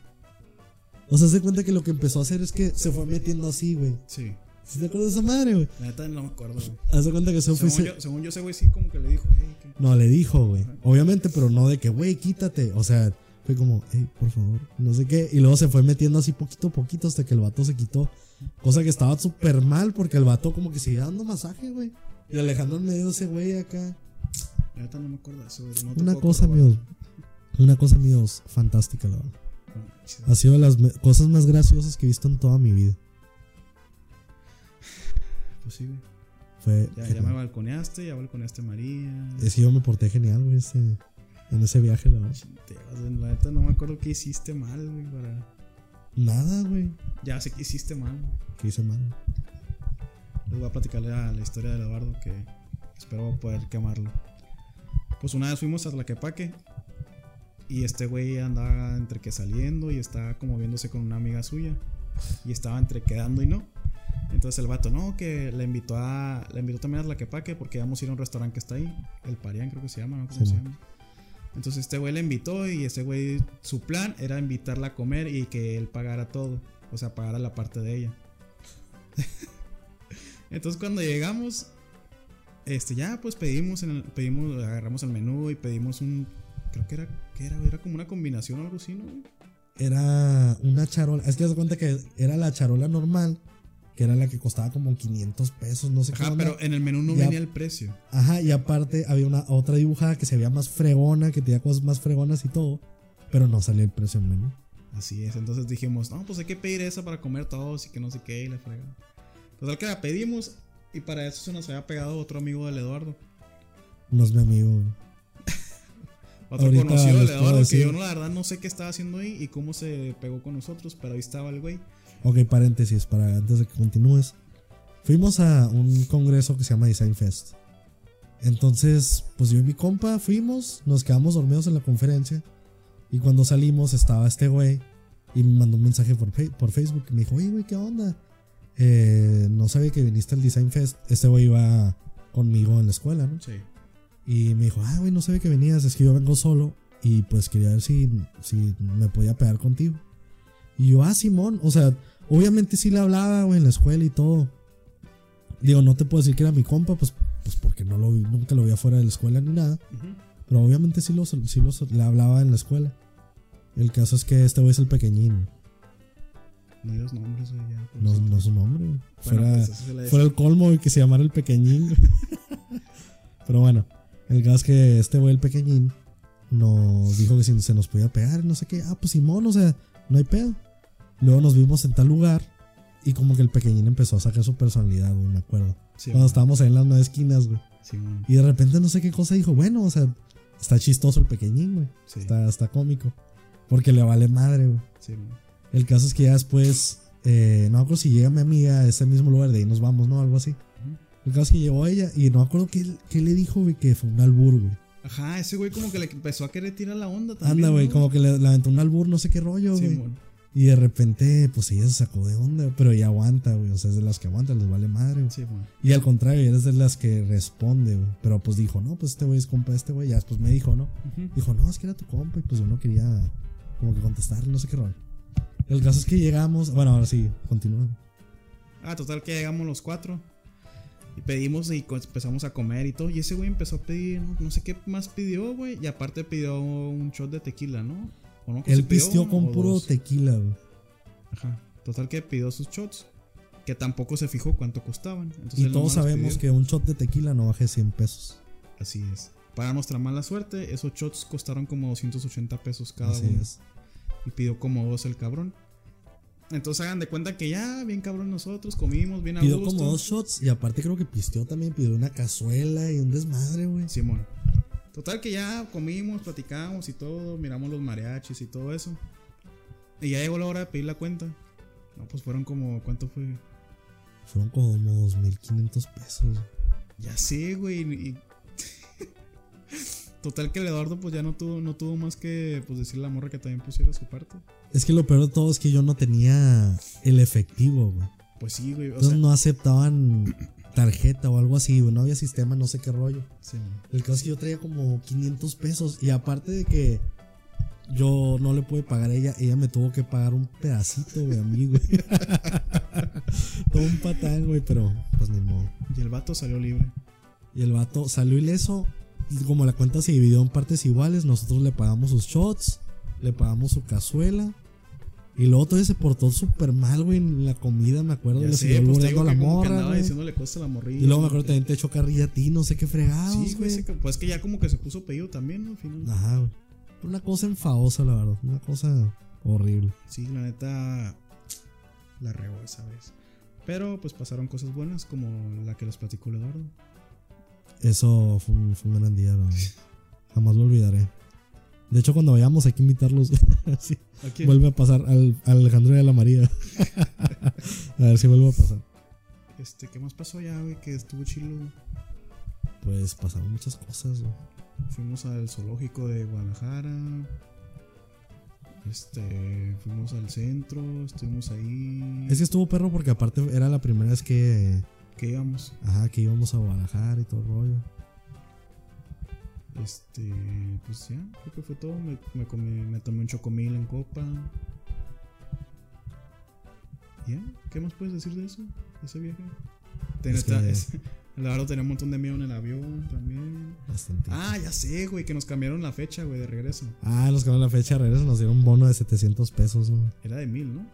S1: O sea, se cuenta que lo que empezó a hacer es que se fue metiendo así, güey.
S3: Sí.
S1: ¿Sí te acuerdas de esa madre, güey?
S3: La neta no me acuerdo, güey.
S1: Haz de cuenta que se fue...
S3: Según, yo, según yo, ese güey sí como que le dijo, hey, que...
S1: No, le dijo, güey. Obviamente, pero no de que, güey, quítate. O sea, fue como, hey, por favor, no sé qué. Y luego se fue metiendo así poquito a poquito hasta que el vato se quitó. Cosa que estaba súper mal porque el vato como que seguía dando masaje, güey. Y Alejandro en medio de ese güey acá.
S3: La neta no me acuerdo de eso, güey. No te
S1: Una
S3: puedo
S1: cosa,
S3: corroborar.
S1: amigos. Una cosa, amigos, fantástica, la verdad.
S3: No manches.
S1: Ha sido de las me- cosas más graciosas que he visto en toda mi vida.
S3: Pues sí, güey.
S1: Fue.
S3: Ya, ya
S1: genial.
S3: me balconeaste, ya balconeaste a María.
S1: Es que yo me porté genial, güey, ese- en ese viaje, la verdad.
S3: Te vas, güey. La neta no me acuerdo qué hiciste mal, güey. para-
S1: Nada, güey.
S3: Ya sé que hiciste mal. güey.
S1: Que hice mal.
S3: Les voy a platicar la, la historia de Eduardo que espero poder quemarlo. Pues una vez fuimos a Tlaquepaque y este güey andaba entre que saliendo y estaba como viéndose con una amiga suya y estaba entre quedando y no. Entonces el vato, no, que la invitó a la invitó también a Tlaquepaque porque íbamos a ir a un restaurante que está ahí, el Parián creo que se llama, ¿no? ¿Cómo
S1: Sí,
S3: se
S1: man.
S3: llama? Entonces este güey la invitó y ese güey su plan era invitarla a comer y que él pagara todo, o sea, pagara la parte de ella. Entonces cuando llegamos, este, ya pues pedimos, en el- pedimos, agarramos el menú y pedimos un, creo que era, que era, güey? era como una combinación o algo así, ¿no? güey?
S1: era una charola. Es que das cuenta que era la charola normal, que era la que costaba como 500 pesos, no sé qué.
S3: Ajá,
S1: onda.
S3: pero en el menú no
S1: Ya.
S3: venía el precio.
S1: Ajá, y aparte había una otra dibujada que se veía más fregona, que tenía cosas más fregonas y todo, pero no salía el precio en menú.
S3: Así es, entonces dijimos, no, pues hay que pedir esa para comer todos y que no sé qué, y la fregada. Total que la pedimos y para eso se nos había pegado otro amigo del Eduardo.
S1: No es mi amigo. güey.
S3: Otro
S1: Ahorita
S3: conocido
S1: les
S3: del
S1: puedo
S3: Eduardo que
S1: decir.
S3: yo la verdad no sé qué estaba haciendo ahí y cómo se pegó con nosotros, pero ahí estaba el güey.
S1: Ok, paréntesis, para antes de que continúes. Fuimos a un congreso que se llama Design Fest. Entonces, pues yo y mi compa fuimos, nos quedamos dormidos en la conferencia. Y cuando salimos estaba este güey y me mandó un mensaje por, Fe- por Facebook y me dijo, oye, güey, ¿qué onda? Eh, no sabía que viniste al Design Fest. Este güey iba conmigo en la escuela, ¿no?
S3: Sí.
S1: Y me dijo, ah, güey, no sabía que venías, es que yo vengo solo. Y pues quería ver si, si me podía pegar contigo. Y yo, ah, Simón, o sea, obviamente sí le hablaba, güey, en la escuela y todo. Digo, no te puedo decir que era mi compa, pues, pues porque no lo vi, nunca lo vi afuera de la escuela ni nada.
S3: Ujú.
S1: Pero obviamente sí, lo, sí lo, le hablaba en la escuela. El caso es que este güey es el pequeñín.
S3: No hay los nombres, güey, ya. pues,
S1: No, no es su nombre, güey.
S3: Bueno,
S1: Fuera-
S3: pues, eso se la
S1: Fuera el colmo güey, que se llamara el pequeñín. güey. Pero bueno, el caso es que este güey, el pequeñín, nos dijo que si se nos podía pegar, no sé qué. Ah, pues Simón, o sea, no hay pedo. Luego nos vimos en tal lugar y como que el pequeñín empezó a sacar su personalidad, güey, me acuerdo.
S3: Sí,
S1: Cuando estábamos ahí en las nueve esquinas, güey.
S3: Simón.
S1: Y de repente no sé qué cosa dijo, bueno, o sea, está chistoso el pequeñín, güey.
S3: Sí,
S1: Está, está cómico. Porque le vale madre, güey.
S3: Simón.
S1: El caso es que ya después, eh, no me acuerdo si llega mi amiga a ese mismo lugar de ahí nos vamos, ¿no? Algo así.
S3: Ujú.
S1: El caso es que llegó ella y no me acuerdo qué, qué le dijo, güey, que fue un albur, güey.
S3: Ajá, ese güey como que le empezó a querer tirar la onda también.
S1: Anda, güey,
S3: ¿no?
S1: como que le, le aventó un albur, no sé qué rollo, güey.
S3: Simón.
S1: y de repente, pues ella se sacó de onda, pero ella aguanta, güey. O sea, es de las que aguanta, les vale madre, güey.
S3: Simón.
S1: Y al contrario, ella es de las que responde, güey. Pero pues dijo, no, pues este güey es compa de este güey. Ya después me dijo, ¿no?
S3: Ujú.
S1: Dijo, no, es que era tu compa y pues yo no quería como que contestar, no sé qué rollo. El caso es que llegamos, bueno, ahora sí, continúa.
S3: Ah, total que llegamos los cuatro. Y pedimos y co- empezamos a comer y todo. Y ese güey empezó a pedir, no, no sé qué más pidió, güey. Y aparte pidió un shot de tequila, ¿no? ¿O no?
S1: Él
S3: ¿Se pidió
S1: pisteó
S3: uno
S1: con
S3: o
S1: puro
S3: dos?
S1: tequila, güey.
S3: Ajá. Total que pidió sus shots. Que tampoco se fijó cuánto costaban. Entonces
S1: Y
S3: él
S1: todos
S3: nomás los
S1: sabemos
S3: pidió.
S1: que un shot de tequila no baje 100 pesos.
S3: Así es. Para nuestra mala suerte, esos shots costaron como 280 pesos cada
S1: Así
S3: uno.
S1: es.
S3: Y pidió como dos el cabrón. Entonces hagan de cuenta que ya, bien cabrón nosotros, comimos bien a
S1: Pidió
S3: gusto.
S1: como dos shots y aparte creo que pisteó también, pidió una cazuela y un desmadre, güey.
S3: Simón. Total que ya comimos, platicamos y todo, miramos los mariachis y todo eso. Y ya llegó la hora de pedir la cuenta. No, pues fueron como, ¿cuánto fue?
S1: Fueron como 2.500 pesos.
S3: Ya sé, güey. y- Total que el Eduardo pues ya no tuvo, no tuvo más que pues decirle a la morra que también pusiera su parte.
S1: Es que lo peor de todo es que yo no tenía el efectivo, güey.
S3: Pues sí, güey. O
S1: Entonces
S3: sea,
S1: no aceptaban tarjeta o algo así, güey. No había sistema, no sé qué rollo.
S3: Simón.
S1: El caso es que yo traía como 500 pesos. Y aparte de que yo no le pude pagar a ella, ella me tuvo que pagar un pedacito, güey, a mí, güey. Todo un patán, güey, pero pues ni modo.
S3: Y el vato salió libre.
S1: Y el vato salió ileso. Y como la cuenta se dividió en partes iguales, nosotros le pagamos sus shots, le pagamos su cazuela. Y luego todavía se portó súper mal, güey, en la comida, me acuerdo.
S3: Ya
S1: le
S3: sé,
S1: siguió
S3: pues te
S1: albureando
S3: digo
S1: a la
S3: que como que
S1: morra,
S3: andaba
S1: güey.
S3: diciéndole cosas a la morrilla.
S1: Y luego me acuerdo también te echó carrilla a ti, no sé qué fregados,
S3: Sí,
S1: güey.
S3: güey.
S1: Ah.
S3: se- Pues que ya como que se puso pedido también, ¿no? Al final.
S1: Ajá, güey. Una cosa enfadosa, la verdad. Una cosa horrible.
S3: Sí, la neta la regó esa vez. Pero pues pasaron cosas buenas como la que les platicó el Eduardo.
S1: Eso fue un, fue un gran día, la verdad. Jamás lo olvidaré. De hecho, cuando vayamos hay que invitarlos. Sí,
S3: Aquí
S1: Vuelve a pasar al, al Alejandro de la María. a ver si vuelve a pasar.
S3: este, ¿qué más pasó ya, güey? Que estuvo chilo.
S1: Pues pasaron muchas cosas, güey.
S3: Fuimos al zoológico de Guadalajara. Este, fuimos al centro, estuvimos ahí.
S1: Es que estuvo perro porque aparte era la primera vez que,
S3: ¿Qué íbamos?
S1: ajá, que íbamos a Guadalajara y todo el rollo.
S3: Este, pues ya, creo que fue todo. Me, me, comí- me tomé un chocomil en copa. ¿Ya? ¿Qué más puedes decir de eso? De ese viaje. Te
S1: Es
S3: neta,
S1: que-
S3: es- El Abelardo tenía un montón de miedo en el avión también.
S1: Bastante.
S3: Ah, ya sé, güey, que nos cambiaron la fecha, güey, de regreso.
S1: Ah, los que van a la fecha de regreso nos dieron un bono de 700 pesos, güey.
S3: Era de mil, ¿no?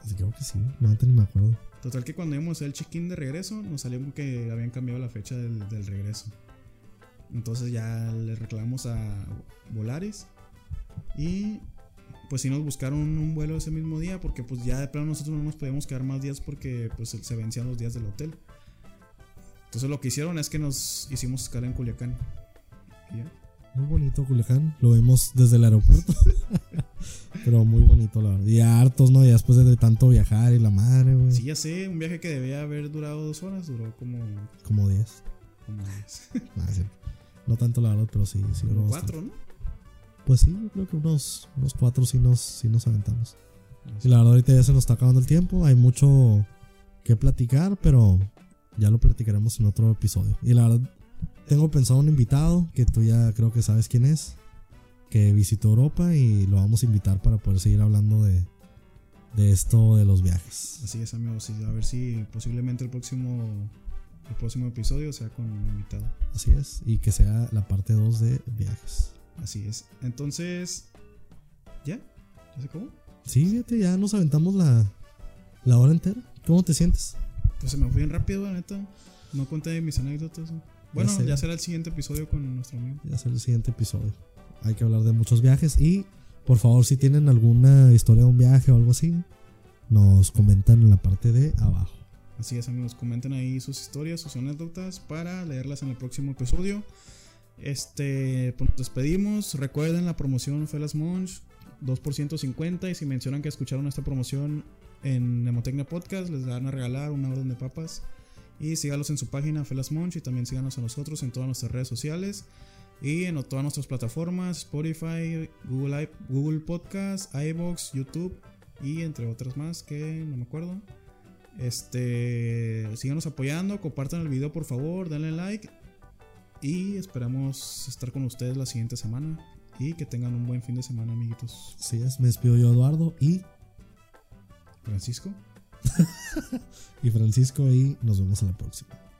S1: Así que creo que sí, no, antes ni me acuerdo.
S3: Total que cuando íbamos a hacer el check-in de regreso, nos salió con que habían cambiado la fecha del, del regreso. Entonces ya le reclamamos a Volaris. Y pues sí nos buscaron un vuelo ese mismo día porque pues ya de plano nosotros no nos podíamos quedar más días porque pues se vencían los días del hotel. Entonces lo que hicieron es que nos hicimos escala en Culiacán. Y ya.
S1: Muy bonito Culiacán, lo vemos desde el aeropuerto. Pero muy bonito, la verdad. Y hartos, ¿no? Ya después de tanto viajar y la madre, güey.
S3: Sí, ya sé, un viaje que debía haber durado dos horas, duró como...
S1: Como 10.
S3: como diez,
S1: Nah, sí. No tanto, la verdad, pero sí, sí.
S3: como
S1: duró
S3: cuatro, ¿no?
S1: bastante. Pues sí, yo creo que unos, unos cuatro sí nos, sí nos aventamos. Y la verdad, ahorita ya se nos está acabando el tiempo. Hay mucho que platicar, pero ya lo platicaremos en otro episodio. Y la verdad, tengo pensado un invitado que tú ya creo que sabes quién es, que visitó Europa y lo vamos a invitar para poder seguir hablando de, de esto de los viajes.
S3: Así es, amigos. y A ver si posiblemente el próximo, el próximo episodio sea con un invitado.
S1: Así es, y que sea la parte 2 de viajes.
S3: Así es. Entonces, ¿ya? ¿Ya se acabó?
S1: Sí, fíjate, ya nos aventamos la, la hora entera. ¿Cómo te sientes?
S3: Pues se me fue bien rápido, la neta. No conté mis anécdotas. Bueno,
S1: sé.
S3: ya será el siguiente episodio con nuestro amigo.
S1: ya será el siguiente episodio. Hay que hablar de muchos viajes y por favor si tienen alguna historia de un viaje o algo así, nos comentan en la parte de abajo.
S3: Así es, amigos. Comenten ahí sus historias, sus anécdotas para leerlas en el próximo episodio. Este, pues nos despedimos. Recuerden la promoción Felas Monch 2 por 150. Y si mencionan que escucharon esta promoción en Nemotecnia Podcast, les van a regalar una orden de papas. Y sígalos en su página Felas Monch y también síganos a nosotros en todas nuestras redes sociales y en todas nuestras plataformas: Spotify, Google, i- Google Podcast, iBox, YouTube y entre otras más que no me acuerdo. Este, síganos apoyando, compartan el video por favor, denle like y esperamos estar con ustedes la siguiente semana y que tengan un buen fin de semana, amiguitos.
S1: Así es, me despido yo Eduardo y,
S3: Francisco.
S1: y Francisco y nos vemos en la próxima.